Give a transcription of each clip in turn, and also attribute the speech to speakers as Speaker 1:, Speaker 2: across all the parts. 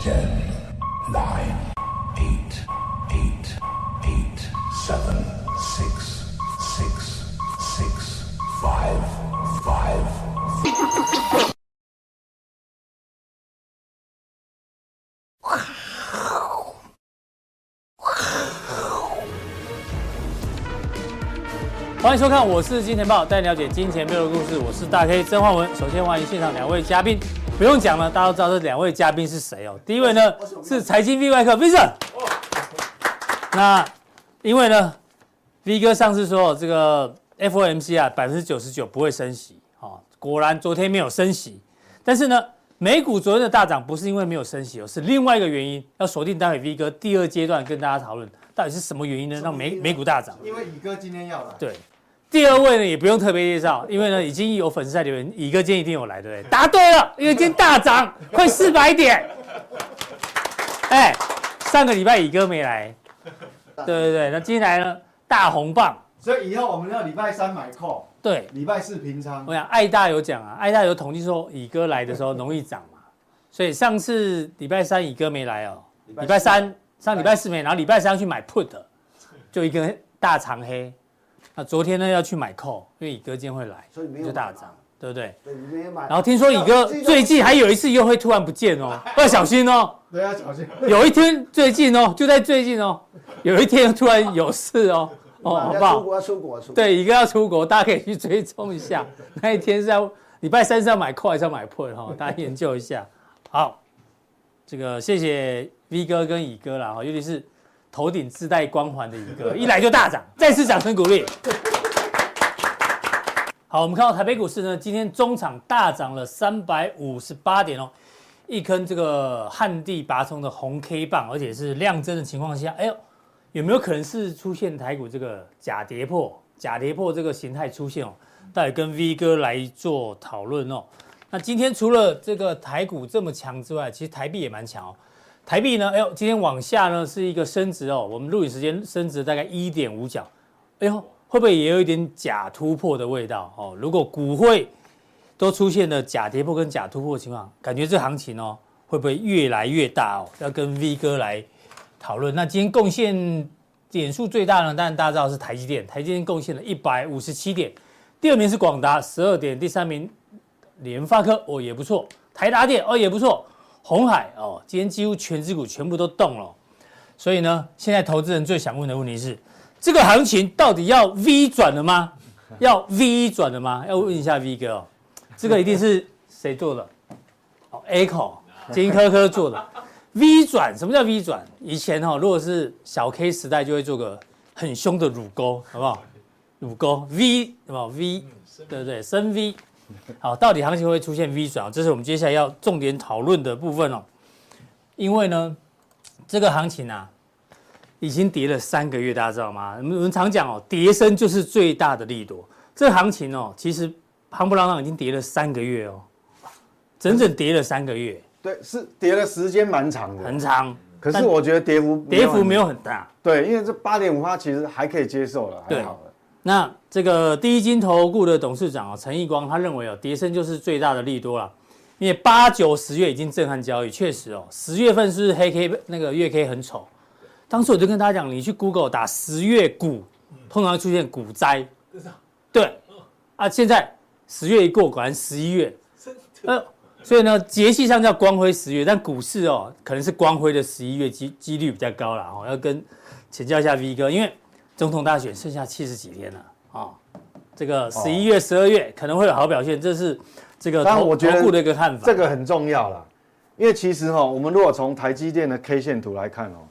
Speaker 1: 10, 9, 8, 8, 8, 7, 6, 6, 6, 5, 5,
Speaker 2: 欢迎收看，我是金钱豹，带你了解金钱背后的故事。我是大 K 曾焕文。首先欢迎现场两位嘉宾，不用讲了，大家都知道这两位嘉宾是谁哦。第一位呢是财经 V 外客 Vincent。那因为呢，V 哥上次说这个 FOMC 啊，百分之九十九不会升息，哦，果然昨天没有升息。但是呢，美股昨天的大涨不是因为没有升息哦，是另外一个原因。要锁定待会 V 哥第二阶段跟大家讨论，到底是什么原因呢，啊让美美股大涨？
Speaker 3: 因为乙哥今天要来，
Speaker 2: 对，第二位呢也不用特别介绍，因为呢已经有粉丝在留言，乙哥今天一定有来，对不对？答对了，因为今天大涨，快四百点。哎，上个礼拜乙哥没来，对对对，那今天来呢大红棒，
Speaker 3: 所以以后我们要礼拜三买 call，
Speaker 2: 对
Speaker 3: 礼拜四平仓
Speaker 2: 我。想爱大有讲啊，爱大有统计说乙哥来的时候容易涨嘛，所以上次礼拜三乙哥没来哦，礼拜三上礼拜四没，然后礼拜三要去买 put，就一根大长黑。那昨天呢要去买 call，因为乙哥今天会来，
Speaker 4: 所以没有
Speaker 2: 就大
Speaker 4: 买嘛
Speaker 2: 涨，对不对？
Speaker 4: 对，你没有买。
Speaker 2: 然后听说乙哥最近还有一次又会突然不见 哦，要小心哦。
Speaker 3: 对啊，小心。
Speaker 2: 有一天最近哦，就在最近哦，有一天突然有事哦，哦，好不
Speaker 4: 要
Speaker 2: 好
Speaker 4: 出？国，要出国，要出国。
Speaker 2: 对，一个要出国，大家可以去追踪一 下。那一天是要礼拜三是要买 call 还是要买 put 哈、大家研究一下。好，这个谢谢 V 哥跟乙哥啦哈，尤其是头顶自带光环的乙哥，一来就大涨，再次掌声鼓励。好，我们看到台北股市呢，今天中场大涨了三百五十八点哦，一根这个旱地拔葱的红 K 棒，而且是量增的情况下，哎呦，有没有可能是出现台股这个假跌破、假跌破这个形态出现哦？待会跟 V 哥来做讨论哦。那今天除了这个台股这么强之外，其实台币也蛮强哦。台币呢，哎呦，今天往下呢是一个升值哦，我们录影时间升值大概一点五角，哎呦，会不会也有一点假突破的味道哦？如果股会都出现了假跌破跟假突破的情况，感觉这行情哦会不会越来越大哦？要跟 V 哥来讨论。那今天贡献点数最大呢，当然大家知道是台积电，台积电贡献了一百五十七点，第二名是广达十二点，第三名联发科哦也不错，台达电哦也不错，红海哦今天几乎全指股全部都动了，所以呢，现在投资人最想问的问题是，这个行情到底要 V 转了吗？要 V 转了吗？要问一下 V 哥哦，这个一定是谁做的？哦，Echo 金科科做的。V 转，什么叫 V 转？以前哈、哦，如果是小 K 时代，就会做个很凶的乳沟，好不好？乳沟 V 什么 V，对不对？深 V，好，到底行情会出现 V 转、哦？这是我们接下来要重点讨论的部分哦。因为呢，这个行情啊，已经跌了三个月，大家知道吗？我们我们常讲哦，跌升就是最大的利多。这行情哦，其实夯不啷当已经跌了三个月哦，整整跌了三个月，
Speaker 5: 对，是跌的时间蛮长的，
Speaker 2: 很长。
Speaker 5: 可是
Speaker 2: 但
Speaker 5: 我觉得跌幅
Speaker 2: 跌幅没
Speaker 5: 有
Speaker 2: 有很大。
Speaker 5: 很对，因为这八点五八其实还可以接受了，
Speaker 2: 对
Speaker 5: 还好了。
Speaker 2: 那这个第一金投顾的董事长啊、陈义光，他认为哦，跌升就是最大的利多了，因为八九十月已经震撼交易，确实哦，十月份是黑 K 那个月 K 很丑，当时我就跟大家讲，你去 Google 打十月股，通常会出现股灾，对，啊，现在十月一过，果然十一月，呃，所以呢，节气上叫光辉十月，但股市哦，可能是光辉的十一月几几率比较高啦。哦，要跟请教一下 V 哥，因为总统大选剩下七十几天了啊、哦，这个十一月、十二月可能会有好表现，这是这个
Speaker 5: 当然
Speaker 2: 投
Speaker 5: 哦我觉得
Speaker 2: 投顾的一个看法。
Speaker 5: 这个很重要啦，因为其实哈、我们如果从台积电的 K 线图来看哦，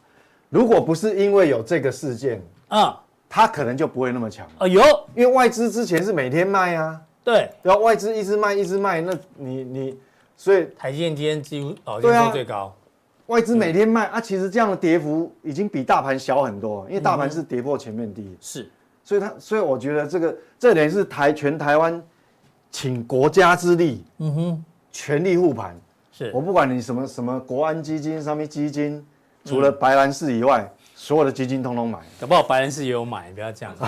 Speaker 5: 如果不是因为有这个事件，
Speaker 2: 啊，
Speaker 5: 它可能就不会那么强，
Speaker 2: 哦有
Speaker 5: 因为外资之前是每天卖啊，
Speaker 2: 对，
Speaker 5: 然后外资一直卖一直卖，那你你所以
Speaker 2: 台积电今天几乎哦，今
Speaker 5: 对
Speaker 2: 天
Speaker 5: 啊
Speaker 2: 收最高，
Speaker 5: 外资每天卖啊，其实这样的跌幅已经比大盘小很多，因为
Speaker 2: 嗯
Speaker 5: 大盘是跌破前面低。
Speaker 2: 是
Speaker 5: 所以他，所以我觉得这个这点是台全台湾请国家之力，嗯哼，全力护盘。
Speaker 2: 是嗯
Speaker 5: 我不管你什么什么国安基金、什么基金，除了白兰氏以外，所有的基金 通通买。
Speaker 2: 搞不好白人是也有买，不要这样 子。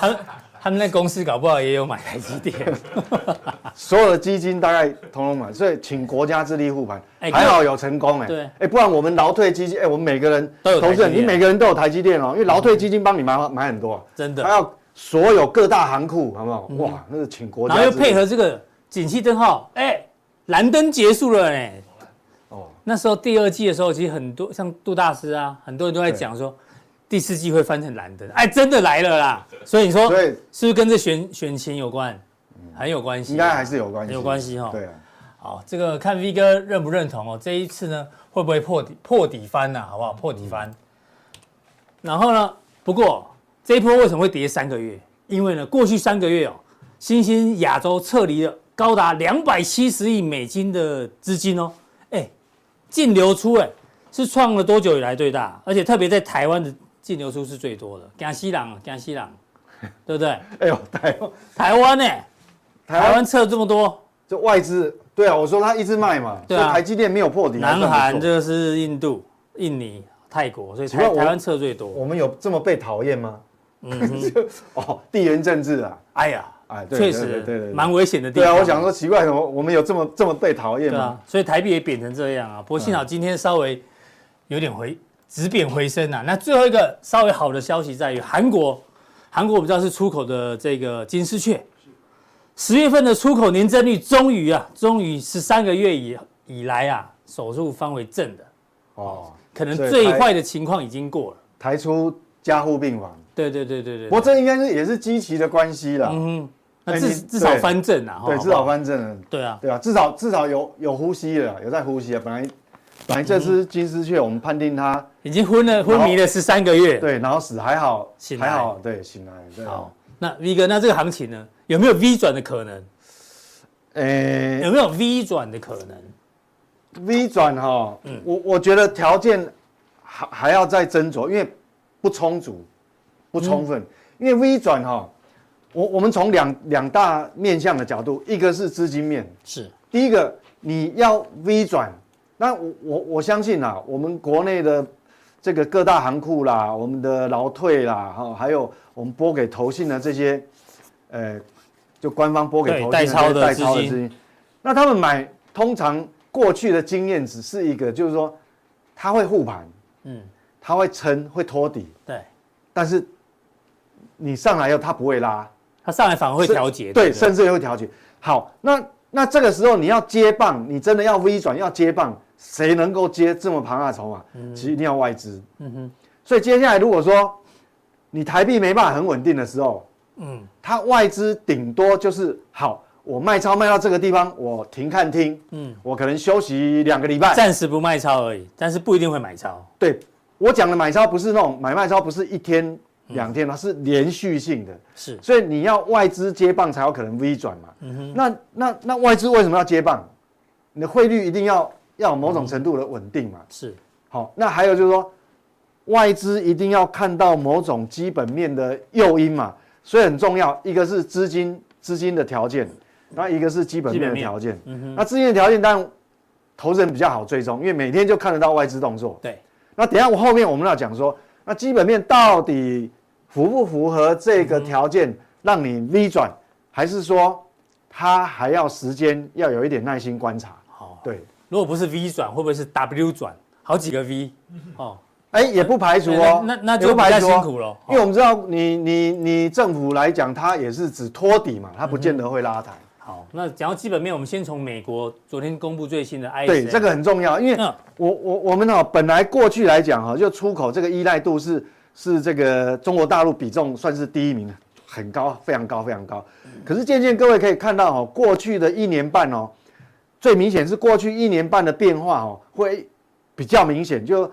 Speaker 2: 他们他们那公司搞不好也有买台积 电。
Speaker 5: 所有的基金大概通通买，所以请国家致力护盘，
Speaker 2: 哎
Speaker 5: 还好有成功哎、
Speaker 2: 对
Speaker 5: 哎，不然我们劳退基金，哎，我们每个人
Speaker 2: 都有台积
Speaker 5: 投资人，
Speaker 2: 电
Speaker 5: 你每个人都有台积电哦，因为劳退基金帮你买买很多，啊
Speaker 2: 真的嗯
Speaker 5: 还有所有各大行库，好不好？哇，那是请国家
Speaker 2: 然
Speaker 5: 之
Speaker 2: 后
Speaker 5: 力，
Speaker 2: 又配合这个景气灯号，哎、蓝灯结束了呢、
Speaker 5: 哦，
Speaker 2: 那时候第二季的时候，其实很多像杜大师啊，很多人都在
Speaker 5: 对
Speaker 2: 讲说，第四季会翻成蓝灯，哎，真的来了啦。所以你说
Speaker 5: 所以嗯
Speaker 2: 是不是跟这选选情有关？很有关系啊，
Speaker 5: 应该还是有关系，
Speaker 2: 很有关系哈。
Speaker 5: 对啊，
Speaker 2: 好，这个看 V 哥认不认同哦。这一次呢，会不会破底破底翻啊呐、好不好？破底翻。然后呢，不过这一波为什么会跌三个月？因为呢，过去三个月哦，新兴亚洲撤离了高达两百七十亿美金的资金哦，哎，净流出哎是创了多久以来最大？而且特别在台湾的净流出是最多的，江西朗，江西朗，对不对？
Speaker 5: 哎呦，台湾
Speaker 2: 台湾呢、台
Speaker 5: 台湾
Speaker 2: 湾撤这么多，
Speaker 5: 这外资，对啊，我说他一直卖嘛，
Speaker 2: 对啊
Speaker 5: 所以台积电没有破底，还
Speaker 2: 南
Speaker 5: 算不错
Speaker 2: 韩这个是印度、印尼、泰国，所以
Speaker 5: 请
Speaker 2: 台
Speaker 5: 问我
Speaker 2: 台湾撤最多。
Speaker 5: 我们有这么被讨厌吗？嗯， 哦，地缘政治啊，
Speaker 2: 哎呀，
Speaker 5: 哎，对
Speaker 2: 确
Speaker 5: 对对对
Speaker 2: 实
Speaker 5: 对
Speaker 2: 蛮危险的地
Speaker 5: 对
Speaker 2: 方。
Speaker 5: 啊，我想说奇怪，怎么我们有这么这么嗯被讨厌
Speaker 2: 对
Speaker 5: 吗
Speaker 2: 啊？，所以台币也贬成这样啊。不过幸好今天稍微有点回止贬回升啊。那最后一个稍微好的消息在于韩国，韩国我们知道是出口的这个金丝雀，十月份的出口年增率终于啊，终于十三个月以以来啊，手术方为正的，
Speaker 5: 哦，
Speaker 2: 可能
Speaker 5: 所以
Speaker 2: 最
Speaker 5: 台
Speaker 2: 坏的情况已经过了。
Speaker 5: 抬出加护病房，
Speaker 2: 对对对对对。
Speaker 5: 不过这应该是也是积极的关系啦，
Speaker 2: 嗯，那
Speaker 5: 哎
Speaker 2: 至
Speaker 5: 你
Speaker 2: 至少
Speaker 5: 对
Speaker 2: 翻正啊，
Speaker 5: 对，
Speaker 2: 哈
Speaker 5: 至少，翻正了，
Speaker 2: 对啊，
Speaker 5: 对啊，至少至少有有呼吸了，有在呼吸啊。本来本来这只金丝雀，我们判定它
Speaker 2: 已经昏了昏迷了十三个月。，
Speaker 5: 对，然后死还好
Speaker 2: 嗯醒，来
Speaker 5: 还好，对，醒来，对啊。
Speaker 2: 好，那 V 哥，那这个行情呢，有没有 V 转的可能？
Speaker 5: 诶，
Speaker 2: 有没有 V 转的可能？
Speaker 5: V 转哈，我我觉得条件还还要再斟酌，因为不充足、不充分。因为 V 转哈，我我们从两两大面向的角度，一个是资金面，
Speaker 2: 是，
Speaker 5: 第一个你要 V 转，那我我我相信啊，我们国内的这个各大行库啦，我们的劳退啦，哈，还有我们拨给投信的这些，呃，就官方拨给
Speaker 2: 对
Speaker 5: 投信
Speaker 2: 代
Speaker 5: 这
Speaker 2: 抄
Speaker 5: 些
Speaker 2: 的
Speaker 5: 代
Speaker 2: 资
Speaker 5: 抄的
Speaker 2: 金
Speaker 5: 资金，那他们买通常过去的经验只是一个，就是说他会护盘，
Speaker 2: 嗯，
Speaker 5: 他会撑，会托底，
Speaker 2: 对，
Speaker 5: 但是你上来以后他不会拉，
Speaker 2: 它上来反而会
Speaker 5: 是
Speaker 2: 调节，不
Speaker 5: 对，
Speaker 2: 对
Speaker 5: 甚至也会调节。好，那那这个时候你要接棒，你真的要 V 转要接棒，谁能够接这么庞大的筹码？其实一定要外资。
Speaker 2: 嗯哼，
Speaker 5: 所以接下来如果说你台币没办法很稳定的时候，
Speaker 2: 嗯，
Speaker 5: 它外资顶多就是好，我卖超卖到这个地方，我停看听，
Speaker 2: 嗯
Speaker 5: 嗯，我可能休息两个礼拜。
Speaker 2: 暂时不卖超而已，但是不一定会买超，
Speaker 5: 对我讲的买超不是那种买卖超，不是一天两天，它是连续性的。
Speaker 2: 是，
Speaker 5: 所以你要外资接棒才有可能 V 转嘛。那那那外资为什么要接棒？你的汇率一定要要有某种程度的稳定嘛。
Speaker 2: 是，
Speaker 5: 好，那还有就是说，外资一定要看到某种基本面的诱因嘛，所以很重要。一个是资金资金的条件，那一个是基本面的嗯条件。那资金的条件当然投资人比较好追踪，因为每天就看得到外资动作。
Speaker 2: 对，
Speaker 5: 那等一下我后面我们要讲说，那基本面到底符不符合这
Speaker 2: 嗯
Speaker 5: 个条件，让你 V 转，还是说它还要时间，要有一点耐心观察？
Speaker 2: 好，
Speaker 5: 对，
Speaker 2: 如果不是 V 转，会不会是 W 转？好几个 V，哦，
Speaker 5: 哎，也不排除哦，
Speaker 2: 那那那就
Speaker 5: 也不排
Speaker 2: 比
Speaker 5: 除
Speaker 2: 较
Speaker 5: 哦
Speaker 2: 辛苦咯
Speaker 5: 因为我们知道你你你政府来讲，它也是只托底嘛，它不见得会拉抬。
Speaker 2: 好，那讲到基本面，我们先从美国昨天公布最新的 I，
Speaker 5: 对，这个很重要，因为
Speaker 2: 嗯
Speaker 5: 我我我们哦，本来过去来讲哈，哦就出口这个依赖度是是这个中国大陆比重算是第一名的，很高，非常高，非常高。
Speaker 2: 嗯
Speaker 5: 可是渐渐各位可以看到哦，过去的一年半哦，最明显是过去一年半的变化哦，会比较明显，就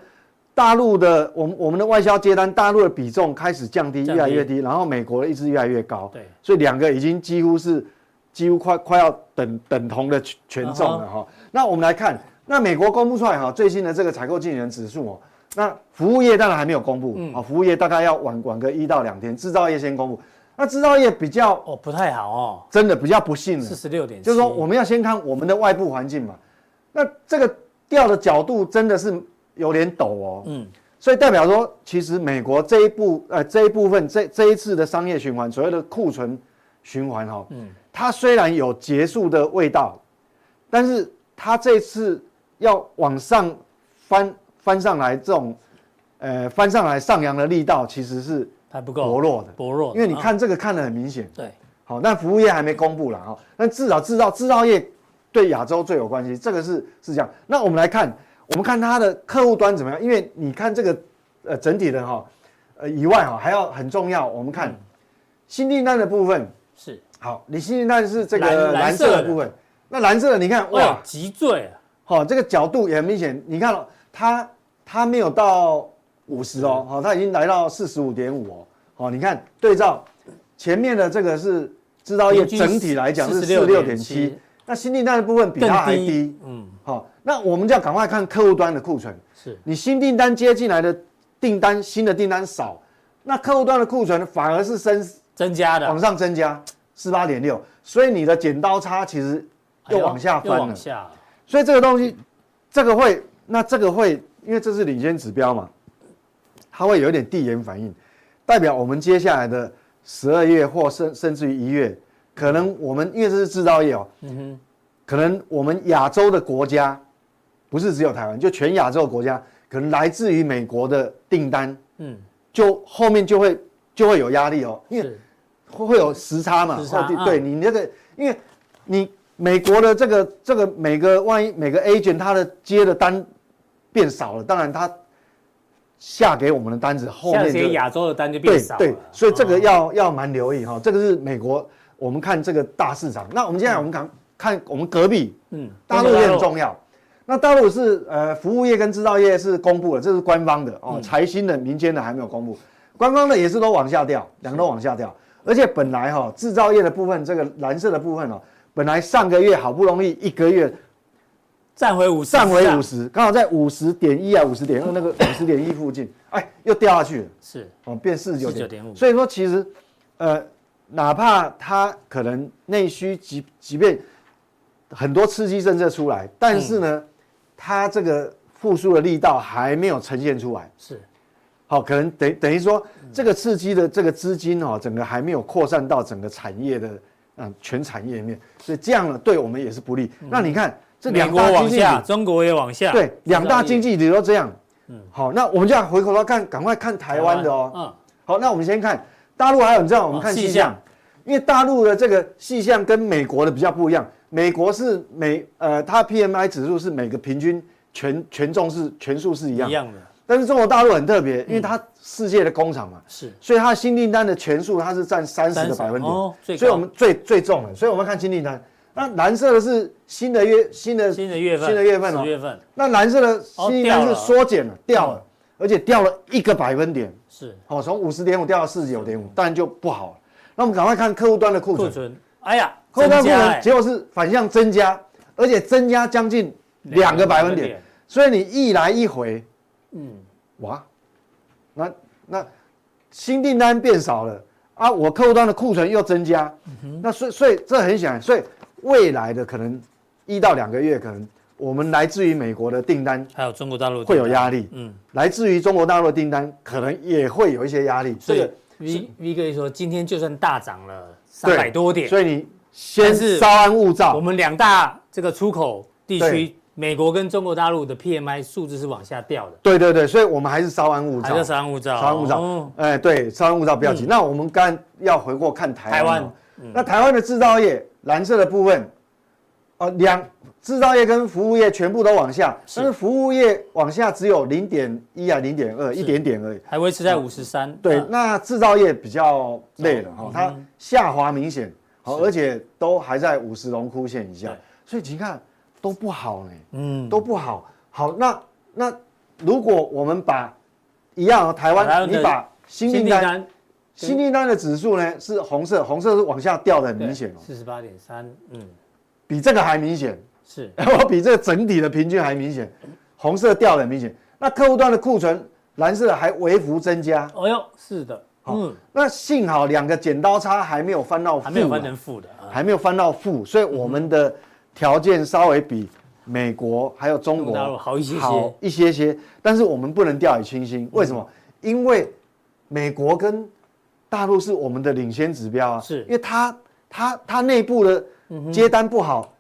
Speaker 5: 大陆的我们我们的外销接单，大陆的比重开始降低，
Speaker 2: 降
Speaker 5: 越
Speaker 2: 低
Speaker 5: 来越低，然后美国的一直越来越高，
Speaker 2: 对，
Speaker 5: 所以两个已经几乎是几乎快快要等等同的权权
Speaker 2: 嗯
Speaker 5: 重了啊哈、那我们来看，那美国公布出来哈、最新的这个采购经理人指数哦，那服务业当然还没有公布，啊、服务业大概要晚晚个一到两天，制造业先公布。那制造业比较
Speaker 2: 哦不太好哦，
Speaker 5: 真的比较不幸了，
Speaker 2: 四十六点，
Speaker 5: 就是说我
Speaker 2: 们
Speaker 5: 们要先看我们的外部环境嘛。那这个调的角度真的是有点陡哦。
Speaker 2: 嗯，
Speaker 5: 所以代表说，其实美国这一部呃这一部分这这一次的商业循环，所谓的库存循环哈、哦，嗯，它虽然有结束的味道，但是它这次要往上翻翻上来这种，呃翻上来上扬的力道其实是
Speaker 2: 还不够
Speaker 5: 薄弱的，
Speaker 2: 薄弱的，
Speaker 5: 因为你
Speaker 2: 啊
Speaker 5: 看这个看得很明显。
Speaker 2: 对，
Speaker 5: 好，那服务业还没公布了哈，那至少制造制造业对亚洲最有关系，这个是是这样。那我们来看，我们看它的客户端怎么样，因为你看这个呃整体的哈，呃以外哈，还要很重要，我们看、
Speaker 2: 嗯
Speaker 5: 新订单的部分。
Speaker 2: 是，
Speaker 5: 好，你新订单是这个
Speaker 2: 蓝蓝
Speaker 5: 蓝
Speaker 2: 色的哎
Speaker 5: 色的部分，那蓝色的你看
Speaker 2: 哇
Speaker 5: 哇，，
Speaker 2: 脊椎啊，
Speaker 5: 好、这个角度也很明显，你看哦它它没有到五十哦，好、它已经来到四十五点五哦，好、你看对照前面的这个是制造业
Speaker 2: 平均
Speaker 5: 整体来讲是四十六点
Speaker 2: 46.7
Speaker 5: 七，那新订单的部分比它还
Speaker 2: 更
Speaker 5: 低，
Speaker 2: 嗯，
Speaker 5: 好、那我们就要赶快看客户端的库存，
Speaker 2: 是
Speaker 5: 你新订单接进来的订单新的订单少，那客户端的库存反而是升
Speaker 2: 增加的
Speaker 5: 往，上增加四八点六，所以你的剪刀差其实又
Speaker 2: 哎呦
Speaker 5: 往下翻
Speaker 2: 又
Speaker 5: 了
Speaker 2: 往。下，
Speaker 5: 所以这个东西，这个会，那这个会，因为这是领先指标嘛，它会有一点递延反应，代表我们接下来的十二月或甚甚至于一月，可能我们因为这是制造业哦，
Speaker 2: 嗯哼，
Speaker 5: 可能我们亚洲的国家，不是只有台湾，就全亚洲的国家，可能来自于美国的订单，
Speaker 2: 嗯，
Speaker 5: 就后面就会就会有压力哦，因为
Speaker 2: 是
Speaker 5: 会会有时差嘛，
Speaker 2: 时差
Speaker 5: 后地
Speaker 2: 啊
Speaker 5: 对你那个，因为你美国的这个这个每个万一每个 agent 他的接的单变少了，当然他下给我们的单子后
Speaker 2: 下
Speaker 5: 面
Speaker 2: 这些
Speaker 5: 就
Speaker 2: 亚洲的单就变
Speaker 5: 对
Speaker 2: 少了，
Speaker 5: 对，所以这个
Speaker 2: 哦
Speaker 5: 要、要蛮留意哈、这个是美国，我们看这个大市场。那我们接下来我们看、看我们隔壁
Speaker 2: 嗯，
Speaker 5: 大陆也很重要。那大陆是呃服务业跟制造业是公布了，这是官方的哦，财新的、民间的还没有公布，官方的也是都往下掉，两个都往下掉。而且本来哈、制造业的部分，这个蓝色的部分哦，本来上个月好不容易一个月
Speaker 2: 站回五十，啊
Speaker 5: 上回五，十，刚好在五十点一啊五十点二那个五十点一附近，哎，又掉下去了。
Speaker 2: 是
Speaker 5: 哦，变四十九
Speaker 2: 49.5
Speaker 5: 所以说其实，呃，哪怕它可能内需即即便很多刺激政策出来，但是呢，它这个复苏的力道还没有呈现出来。
Speaker 2: 是，
Speaker 5: 好、可能等等于说这个刺激的这个资金哦，整个还没有扩散到整个产业的嗯全产业面，所以这样呢对我们也是不利。那你看这
Speaker 2: 美
Speaker 5: 两
Speaker 2: 国
Speaker 5: 大
Speaker 2: 往
Speaker 5: 经济体
Speaker 2: 下，中国也往下，
Speaker 5: 对两大经
Speaker 2: 济
Speaker 5: 济体都这样。好，那我们就要回头来看，赶快看嗯台湾的哦。
Speaker 2: 嗯，
Speaker 5: 好，那我们先看大陆，还有你知道，我们看
Speaker 2: 哦
Speaker 5: 细
Speaker 2: 细
Speaker 5: 项，
Speaker 2: 项
Speaker 5: 因为大陆的这个细项跟美国的比较不一样。美国是每呃，它 PMI 指数是每个平均权权重是权数是一样，
Speaker 2: 一样嗯的，
Speaker 5: 但是中国大陆很特别，因为它世界的工厂嘛，
Speaker 2: 是
Speaker 5: 所以它新订单的权数它是占三十
Speaker 2: 30
Speaker 5: 个百分点，
Speaker 2: 哦最高
Speaker 5: 所以我们最最重了。所以我们看新订单，那蓝色的是新的月新的
Speaker 2: 新的月份，
Speaker 5: 新的月份哦
Speaker 2: 十月份
Speaker 5: 那蓝色的
Speaker 2: 哦
Speaker 5: 新订单
Speaker 2: 掉
Speaker 5: 是
Speaker 2: 了嗯
Speaker 5: 缩减了，掉了，而且掉了一个百分点。
Speaker 2: 是
Speaker 5: 哦，从五十点五掉到四十九点五，当然就不好了。那我们赶快看客户端的库
Speaker 2: 库
Speaker 5: 存，
Speaker 2: 存，哎呀，
Speaker 5: 客户端库
Speaker 2: 增加
Speaker 5: 存
Speaker 2: 哎
Speaker 5: 结果是反向增加，而且增加将近两个百分点，，所以你一来一回，
Speaker 2: 嗯，
Speaker 5: 哇，那那新订单变少了啊，我客户端的库存又增加，
Speaker 2: 嗯
Speaker 5: 那所以所以这很显然，所以未来的可能一到两个月，可能我们来自于美国的订单
Speaker 2: 还有中国大陆
Speaker 5: 会有压力，
Speaker 2: 嗯，
Speaker 5: 来自于中国大陆的订单可能也会有一些压力，
Speaker 2: 所
Speaker 5: 这
Speaker 2: 以
Speaker 5: 个
Speaker 2: V V 哥说，今天就算大涨了三
Speaker 5: 对
Speaker 2: 百多点，
Speaker 5: 所以你先
Speaker 2: 但是
Speaker 5: 稍安勿
Speaker 2: 我
Speaker 5: 躁。
Speaker 2: 们两大这个出口地区
Speaker 5: 对，
Speaker 2: 美国跟中国大陆的 PMI 数字是往下掉的，
Speaker 5: 对对对，所以我们还是稍安勿
Speaker 2: 还在
Speaker 5: 躁，
Speaker 2: 三五兆，
Speaker 5: 稍安勿躁
Speaker 2: 哦。嗯
Speaker 5: 哎，对，稍安勿躁不要急。那我们刚要回过看台
Speaker 2: 台
Speaker 5: 湾
Speaker 2: 湾嗯
Speaker 5: 哦，那台湾的制造业蓝色的部分，哦，两制造业跟服务业全部都往下，但是服务业往下只有零点一啊，零点二，一点点而已。
Speaker 2: 还维持在五十三，
Speaker 5: 对
Speaker 2: 啊，
Speaker 5: 那制造业比较累了哈，
Speaker 2: 嗯
Speaker 5: 它下滑明显，好，而且都还在五十龙枯线以下
Speaker 2: 对，
Speaker 5: 所以你看都不好呢。
Speaker 2: 嗯，
Speaker 5: 都不好。好，那那如果我们把一样哦，台
Speaker 2: 台
Speaker 5: 湾
Speaker 2: 湾的
Speaker 5: 你把新订单新订单的指数呢是红色，红色是往下掉的很明显哦，
Speaker 2: 四十八点三，嗯，
Speaker 5: 比这个还明显，
Speaker 2: 是
Speaker 5: 我比这个整体的平均还明显，红色掉的很明显。那客户端的库存蓝色的还微幅增加，
Speaker 2: 哎呦，是的，嗯，
Speaker 5: 那幸好两个剪刀差还没有翻到负啊，
Speaker 2: 还没有翻成负的啊，
Speaker 5: 还没有翻到负，所以我们的条件稍微比美国还有中
Speaker 2: 中
Speaker 5: 国
Speaker 2: 国大陆好一些嗯些
Speaker 5: 好一些些，但是我们不能掉以轻心。为什么？因为美国跟大陆是我们的领先指标啊，
Speaker 2: 是嗯
Speaker 5: 因为它它它内部的接单不好，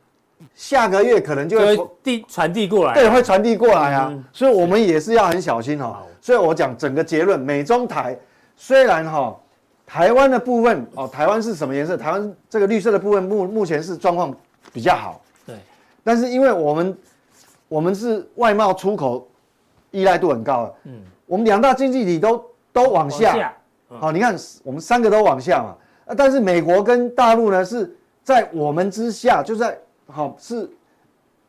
Speaker 5: 下个月可能就
Speaker 2: 就
Speaker 5: 会
Speaker 2: 会递传递过来。
Speaker 5: 对，会传递过来啊，
Speaker 2: 嗯
Speaker 5: 所以我们也是要很小心哈、
Speaker 2: 好
Speaker 5: 所以我讲整个结论，美中台虽然哈、台湾的部分哦，台湾是什么颜色？台湾这个绿色的部分目目前是状况比较好，
Speaker 2: 对，
Speaker 5: 但是因为我们我们是外贸出口依赖度很高的，
Speaker 2: 嗯，
Speaker 5: 我们两大经济体都都往下，
Speaker 2: 往下
Speaker 5: 好、你看我们三个都往下嘛，啊但是美国跟大陆呢是在我们之下，就在好、是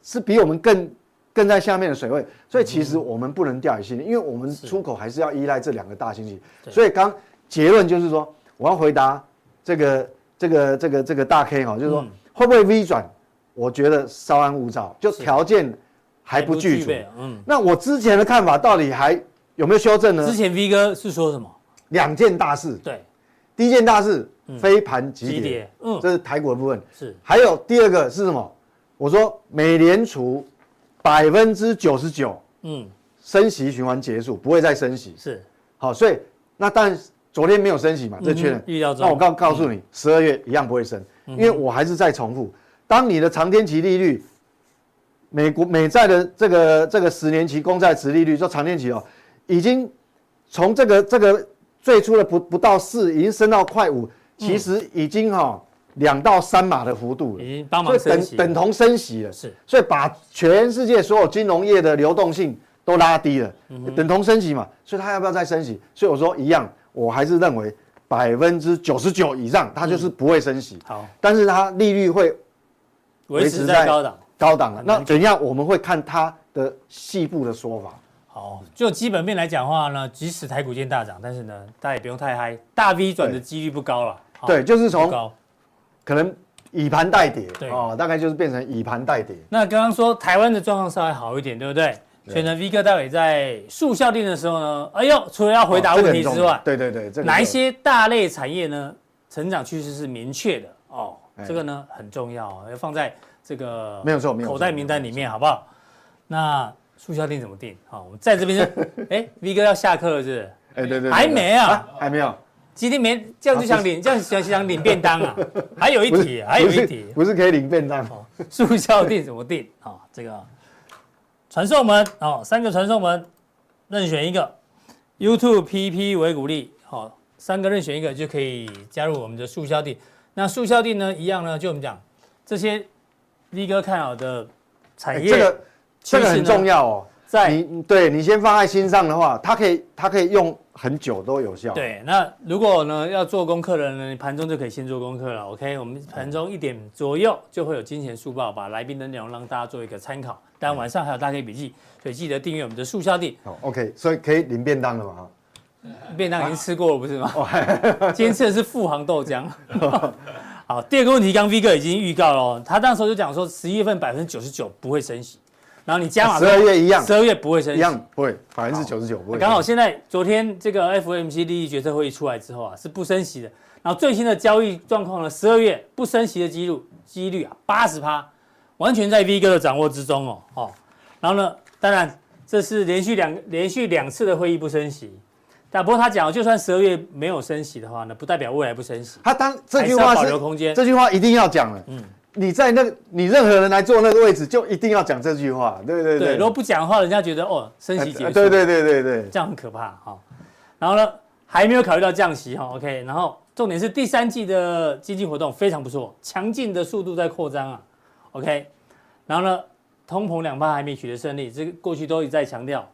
Speaker 5: 是比我们更更在下面的水位，所以其实我们不能掉以轻心，因为我们出口还是要依赖这两个大经济。
Speaker 2: 对
Speaker 5: 所以刚结论就是说，我要回答这个这个这个这个大 K 哈、就是说、
Speaker 2: 嗯
Speaker 5: 会不会 V 转？我觉得稍安勿躁，就条件还不具足。
Speaker 2: 备。嗯，
Speaker 5: 那我之前的看法到底还有没有修正呢
Speaker 2: 之？前 V 哥是说什么？
Speaker 5: 两件大事，
Speaker 2: 对，
Speaker 5: 第一件大事，飞盘急
Speaker 2: 急
Speaker 5: 跌
Speaker 2: 嗯跌，，嗯，
Speaker 5: 这是台股的部分。
Speaker 2: 是
Speaker 5: 还有第二个是什么？我说美联储百分之九十九
Speaker 2: 嗯
Speaker 5: 升息循环结束，不会再升息。
Speaker 2: 是
Speaker 5: 好，所以那但昨天没有升息嘛，这确认
Speaker 2: 嗯。预料中嗯
Speaker 5: 那我告告诉你，十二月一样不会升，因为我还是在重复，当你的长天期利率，美国美债的这个这个十年期公债值利率，就长天期哦，已经从这个这个最初的不不到四，已经升到快五，其实已经哈、哦、两到三码的幅度
Speaker 2: 嗯
Speaker 5: 了
Speaker 2: 已。经帮
Speaker 5: 所
Speaker 2: 忙
Speaker 5: 以
Speaker 2: 升
Speaker 5: 等
Speaker 2: 息，
Speaker 5: 等同升息了，
Speaker 2: 是，
Speaker 5: 所以把全世界所有金融业的流动性都拉低了，
Speaker 2: 嗯
Speaker 5: 等同升息嘛，所以它要不要再升息？所以我说一样，我还是认为百分之九十九以上，它就是不会升息，
Speaker 2: 嗯好
Speaker 5: 但是它利率会
Speaker 2: 维持在高档。嗯
Speaker 5: 高档了。啊
Speaker 2: 很难
Speaker 5: 那怎样？我们会看它的细部的说法。
Speaker 2: 好，就基本面来讲的话呢，即使台股今天大涨，但是呢，大家也不用太嗨，大 V 转的几率不高了。好
Speaker 5: 对，就是
Speaker 2: 不
Speaker 5: 从
Speaker 2: 高。
Speaker 5: 可能以盘代跌
Speaker 2: 对，
Speaker 5: 哦，大概就是变成以盘代跌。
Speaker 2: 那刚刚说台湾的状况稍微好一点，对不对？所以呢，V 哥待会在速效定的时候呢，哎呦，除了要回答
Speaker 5: 哦这个
Speaker 2: 问题
Speaker 5: 很重
Speaker 2: 之
Speaker 5: 要
Speaker 2: 外，
Speaker 5: 对对对，这个
Speaker 2: 哪一
Speaker 5: 就
Speaker 2: 些大类产业呢，成长趋势是明确的哦
Speaker 5: 哎？
Speaker 2: 这个呢很重要哦，要放在这个
Speaker 5: 没有错没有错
Speaker 2: 口袋名单里面，好不好？那促销定怎么定？好，我们在这边 是，哎，V 哥要下课了是不是？
Speaker 5: 哎对对对，
Speaker 2: 还
Speaker 5: 对
Speaker 2: 没啊
Speaker 5: 还没有，
Speaker 2: 今天没这样就想领，这样想想领便当 啊？还有一题，还有
Speaker 5: 啊不是
Speaker 2: 一题，哦
Speaker 5: 不是可以领便当吗？
Speaker 2: 速效定怎么定啊、这个传送门哦，三个传送门，任选一个。YouTube PP 为鼓励，好、三个任选一个就可以加入我们的速效定。那速效定呢，一样呢，就我们讲这些力哥看好的
Speaker 5: 哎
Speaker 2: 产业，
Speaker 5: 这个这个
Speaker 2: 趋势呢
Speaker 5: 很重要哦。
Speaker 2: 在
Speaker 5: 你对你先放在心上的话，它可以它可以用很久都有效。，
Speaker 2: 对。那如果呢要做功课的人呢，你盘中就可以先做功课了。OK，我们盘中一点左右就会有金钱速报，把来宾的内容让大家做一个参考。当然晚上还有大 K 笔记，所以记得订阅我们的速效定。
Speaker 5: 好，OK，所哦以可以领便当了嘛
Speaker 2: 便当已经吃过了，不 是吗？
Speaker 5: 哦
Speaker 2: 今天吃的是富航豆浆。 好，第二个问题，刚刚 V 哥已经预告了哦，他那时候就讲说，十一月份百分之九十九不会升息，然后你加码
Speaker 5: 哈，啊十二月一样
Speaker 2: 十二月不会升
Speaker 5: 一
Speaker 2: 息。
Speaker 5: 样不会，百分之九十九不会。
Speaker 2: 刚好现在昨天这个 FOMC 利率决策会议出来之后啊，是不升息的。然后最新的交易状况呢，十二月不升息的几率几率啊，八十趴，完全在 V 哥的掌握之中哦哦。然后呢，当然这是连续两连续两次的会议不升息，但不过他讲哦，就算十二月没有升息的话呢，不代表未来不升息，
Speaker 5: 他当这
Speaker 2: 还是
Speaker 5: 句
Speaker 2: 要
Speaker 5: 话
Speaker 2: 保
Speaker 5: 是
Speaker 2: 留空间。
Speaker 5: 这句话一定要讲了。嗯，你在那个你任何人来坐那个位置，就一定要讲这句话。对对
Speaker 2: 对，
Speaker 5: 对，
Speaker 2: 如果不讲的话，人家觉得哦，升
Speaker 5: 哎
Speaker 2: 息结束。
Speaker 5: 对对对对对，
Speaker 2: 这样很可怕哈、然后呢，还没有考虑到降息哈、OK，然后重点是第三季的经济活动非常不错，强劲的速度在扩张啊，OK，然后呢，通膨两趴还没取得胜利，这个过去都一再强调。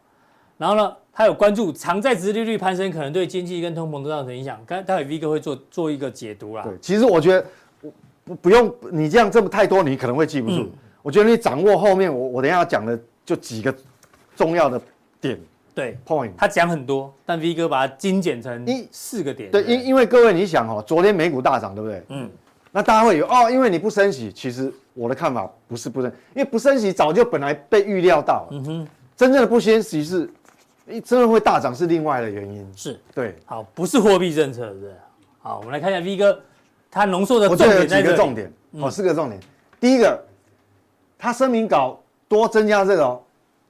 Speaker 2: 然后呢，他有关注偿债值利率攀升可能对经济跟通膨都造成影响，刚待会 V 哥会做做一个解读啦。
Speaker 5: 对，其实我觉得我不不用你这样这么太多，你可能会记不住。
Speaker 2: 嗯
Speaker 5: 我觉得你掌握后面我我等一下要讲的就几个重要的点
Speaker 2: 对，
Speaker 5: point。
Speaker 2: 他讲很多，但 V 哥把它精简成
Speaker 5: 一
Speaker 2: 四个点。
Speaker 5: 对，因因为各位你想哦，昨天美股大涨，对不对？
Speaker 2: 嗯，
Speaker 5: 那大家会有哦，因为你不升息，其实我的看法不是不升，因为不升息早就本来被预料到。嗯哼，真正的不升息是，诶真的会大涨是另外的原因。
Speaker 2: 是
Speaker 5: 对，
Speaker 2: 好，不是货币政策，对不对？好，我们来看一下 V 哥他浓缩的
Speaker 5: 我
Speaker 2: 重
Speaker 5: 觉得有
Speaker 2: 点
Speaker 5: 几
Speaker 2: 在这
Speaker 5: 个
Speaker 2: 里。
Speaker 5: 重点，哦，四个重点。第一个，他声明稿多增加这个哦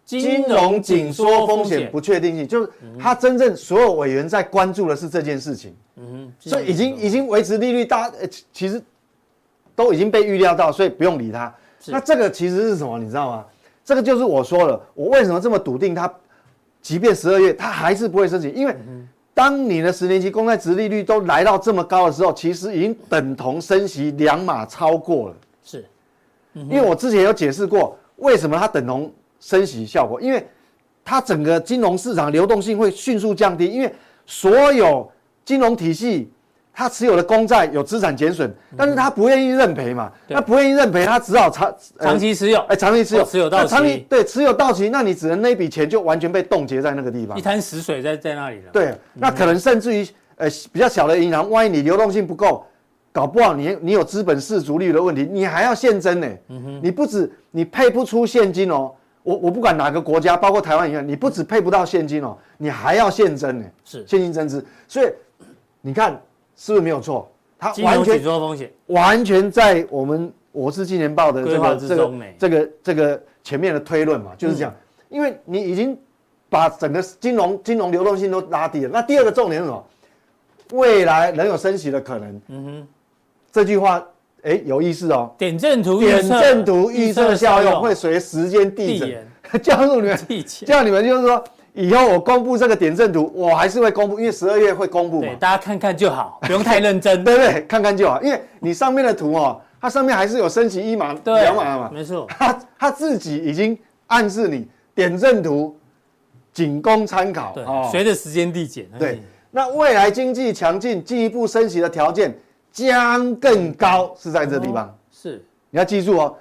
Speaker 5: 金融紧缩风险嗯不确定性，就是他真正所有委员在关注的是这件事情，
Speaker 2: 嗯哼，
Speaker 5: 所以已
Speaker 2: 金
Speaker 5: 经
Speaker 2: 融紧缩
Speaker 5: 已经维持利率大，呃其其实都已经被预料到，所以不用理它。
Speaker 2: 是
Speaker 5: 那这个其实是什么？你知道吗？这个就是我说了，我为什么这么笃定它，即便十二月它还是不会升息，因为当你的十年期公债值利率都来到这么高的时候，其实已经等同升息两码超过了。
Speaker 2: 是
Speaker 5: 因为我之前有解释过，为什么它等同升息效果，因为它整个金融市场流动性会迅速降低，因为所有金融体系它持有的公债有资产减损，但是它不愿意认赔嘛，
Speaker 2: 嗯对
Speaker 5: 那不愿意认赔，它只好长呃
Speaker 2: 长期持有
Speaker 5: 哎长期持有，
Speaker 2: 哦持有到
Speaker 5: 那长期
Speaker 2: 期
Speaker 5: 对持有到期，那你只能那笔钱就完全被冻结在那个地方
Speaker 2: 一，滩死水在在那里了，，嗯
Speaker 5: 对，那可能甚至于呃比较小的银行，万一你流动性不够，搞不好你你有资本市足率的问题，你还要现增呢。
Speaker 2: 嗯
Speaker 5: 你不止你配不出现金哦，我我不管哪个国家，包括台湾一样，你不止配不到现金哦，你还要现增呢，
Speaker 2: 是
Speaker 5: 现金增资。所以你看是不是没有错？它
Speaker 2: 金
Speaker 5: 完
Speaker 2: 融紧
Speaker 5: 全
Speaker 2: 缩风险
Speaker 5: 完全在我们《我是青年报》的
Speaker 2: 规
Speaker 5: 这
Speaker 2: 划
Speaker 5: 个
Speaker 2: 之
Speaker 5: 这个
Speaker 2: 中呢嗯
Speaker 5: 这个这个前面的推论嘛，就是这样。因为你已经把整个金融金融流动性都拉低了。那第二个重点是什么？未来仍有升息的可能。嗯哼，这句话哎有意思哦。
Speaker 2: 点阵图预
Speaker 5: 点
Speaker 2: 测
Speaker 5: 阵图预测效用会随时间
Speaker 2: 递
Speaker 5: 递减
Speaker 2: 延，
Speaker 5: 加入你们
Speaker 2: 递减
Speaker 5: 叫你们就是说，以后我公布这个点阵图，我还是会公布，因为十二月会公布嘛
Speaker 2: 对，。大家看看就好，不用太认真。
Speaker 5: 对不对？看看就好，因为你上面的图哦，它上面还是有升级一码、
Speaker 2: 对，
Speaker 5: 两码嘛，
Speaker 2: 没错，
Speaker 5: 它它自己已经暗示你点阵图仅供参考
Speaker 2: 对，哎
Speaker 5: 哦。
Speaker 2: 随着时间递减，
Speaker 5: 对，那未来经济强劲，进一步升息的条件将更高，是在这地方，
Speaker 2: 是
Speaker 5: 你要记住哦。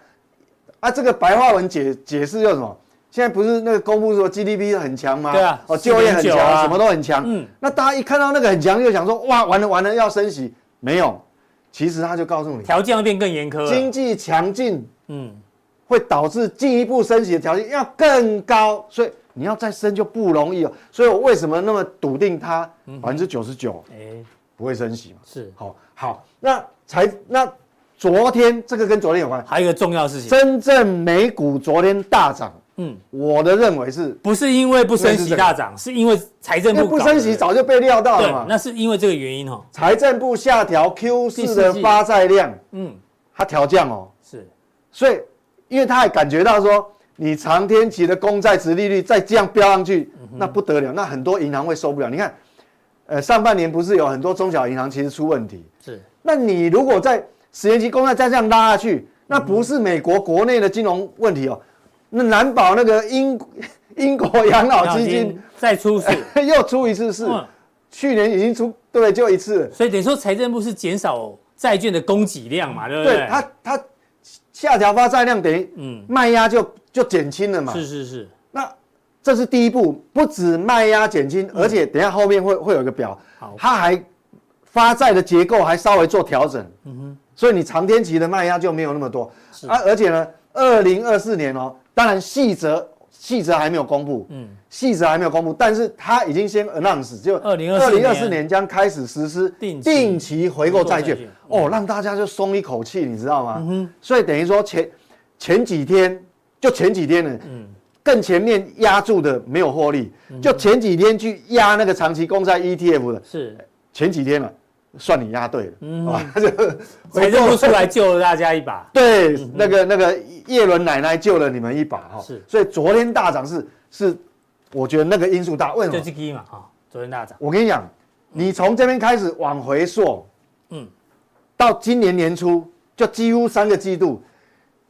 Speaker 5: 啊，这个白话文解解释又什么？现在不是那个公布说 GDP 很强吗？
Speaker 2: 对啊
Speaker 5: 哦，就业很强，
Speaker 2: 4.9啊
Speaker 5: 什么都很强。
Speaker 2: 嗯
Speaker 5: 嗯，那大家一看到那个很强，就想说哇，完了完了，要升息。没有，其实他就告诉你，
Speaker 2: 条件要变更严苛
Speaker 5: 经
Speaker 2: 了。
Speaker 5: 济强劲
Speaker 2: 嗯，
Speaker 5: 会导致进一步升息的条件要更高，所以你要再升就不容易了。哦所以我为什么那么笃定它
Speaker 2: 嗯
Speaker 5: 百分之九十九
Speaker 2: 哎，
Speaker 5: 不会升息嘛？
Speaker 2: 是，
Speaker 5: 好好，那才那昨天这个跟昨天有关，
Speaker 2: 还有一个重要事情，
Speaker 5: 真正美股昨天大涨，
Speaker 2: 嗯，
Speaker 5: 我的认为是
Speaker 2: 不是因为不升息大涨，是因为财政
Speaker 5: 因为
Speaker 2: 部
Speaker 5: 不
Speaker 2: 搞
Speaker 5: 升
Speaker 2: 的
Speaker 5: 息早就被料到
Speaker 2: 对
Speaker 5: 了，嘛。
Speaker 2: 那是因为这个原因哦。
Speaker 5: 财政部下调 Q
Speaker 2: 第四
Speaker 5: 四的
Speaker 2: 季
Speaker 5: 发债量，
Speaker 2: 嗯，
Speaker 5: 它调降哦，
Speaker 2: 是
Speaker 5: 所以，因为他还感觉到说，你长天期的公债值利率再这样飙上去，
Speaker 2: 嗯
Speaker 5: 那不得了，那很多银行会受不了。你看，呃，上半年不是有很多中小银行其实出问题，
Speaker 2: 是，
Speaker 5: 那你如果在十年期公债再这样拉下
Speaker 2: 嗯
Speaker 5: 去，那不是美国国内的金融问题哦，那难保那个英 英国养老基金
Speaker 2: 再出事，
Speaker 5: 又出一次事，
Speaker 2: 嗯，
Speaker 5: 去年已经出对就一次了，
Speaker 2: 所以等于说财政部是减少债券的供给量嘛，对不
Speaker 5: 对它它下调发债量等于
Speaker 2: 嗯，
Speaker 5: 卖压就就减轻了嘛，
Speaker 2: 是是是，
Speaker 5: 那这是第一步，不止卖压减轻，而且等一下后面会会有一个表
Speaker 2: 好，
Speaker 5: 它还发债的结构还稍微做调整，所以你长天期的卖压就没有那么多啊，而且呢，二零二四年哦，当然细则细则还没有公布，嗯，细则还没有公布，但是它已经先 announce 就
Speaker 2: 2024年
Speaker 5: 二四年将开始实施
Speaker 2: 定期
Speaker 5: 定期回购债
Speaker 2: 回
Speaker 5: 券
Speaker 2: 购债券，
Speaker 5: 哦，让大家就松一口气，你知道
Speaker 2: 嗯
Speaker 5: 吗？所以等于说前前几天就前几天呢，
Speaker 2: 嗯
Speaker 5: 更前面压住的没有获利，就前几天去压那个长期公债 ETF 的，
Speaker 2: 是
Speaker 5: 前几天了，啊算你压对了，
Speaker 2: 嗯
Speaker 5: 啊，就
Speaker 2: 财政部出来嗯救了大家一把，
Speaker 5: 对，那个那个叶伦奶奶救了你们一把哈，
Speaker 2: 是
Speaker 5: 所以昨天大涨是是，我觉得那个因素大，为什
Speaker 2: 就
Speaker 5: 么？
Speaker 2: 这个嘛哈，昨天大涨，
Speaker 5: 我跟你讲，你从这边开始往回溯，
Speaker 2: 嗯
Speaker 5: 嗯，到今年年初就几乎三个季度，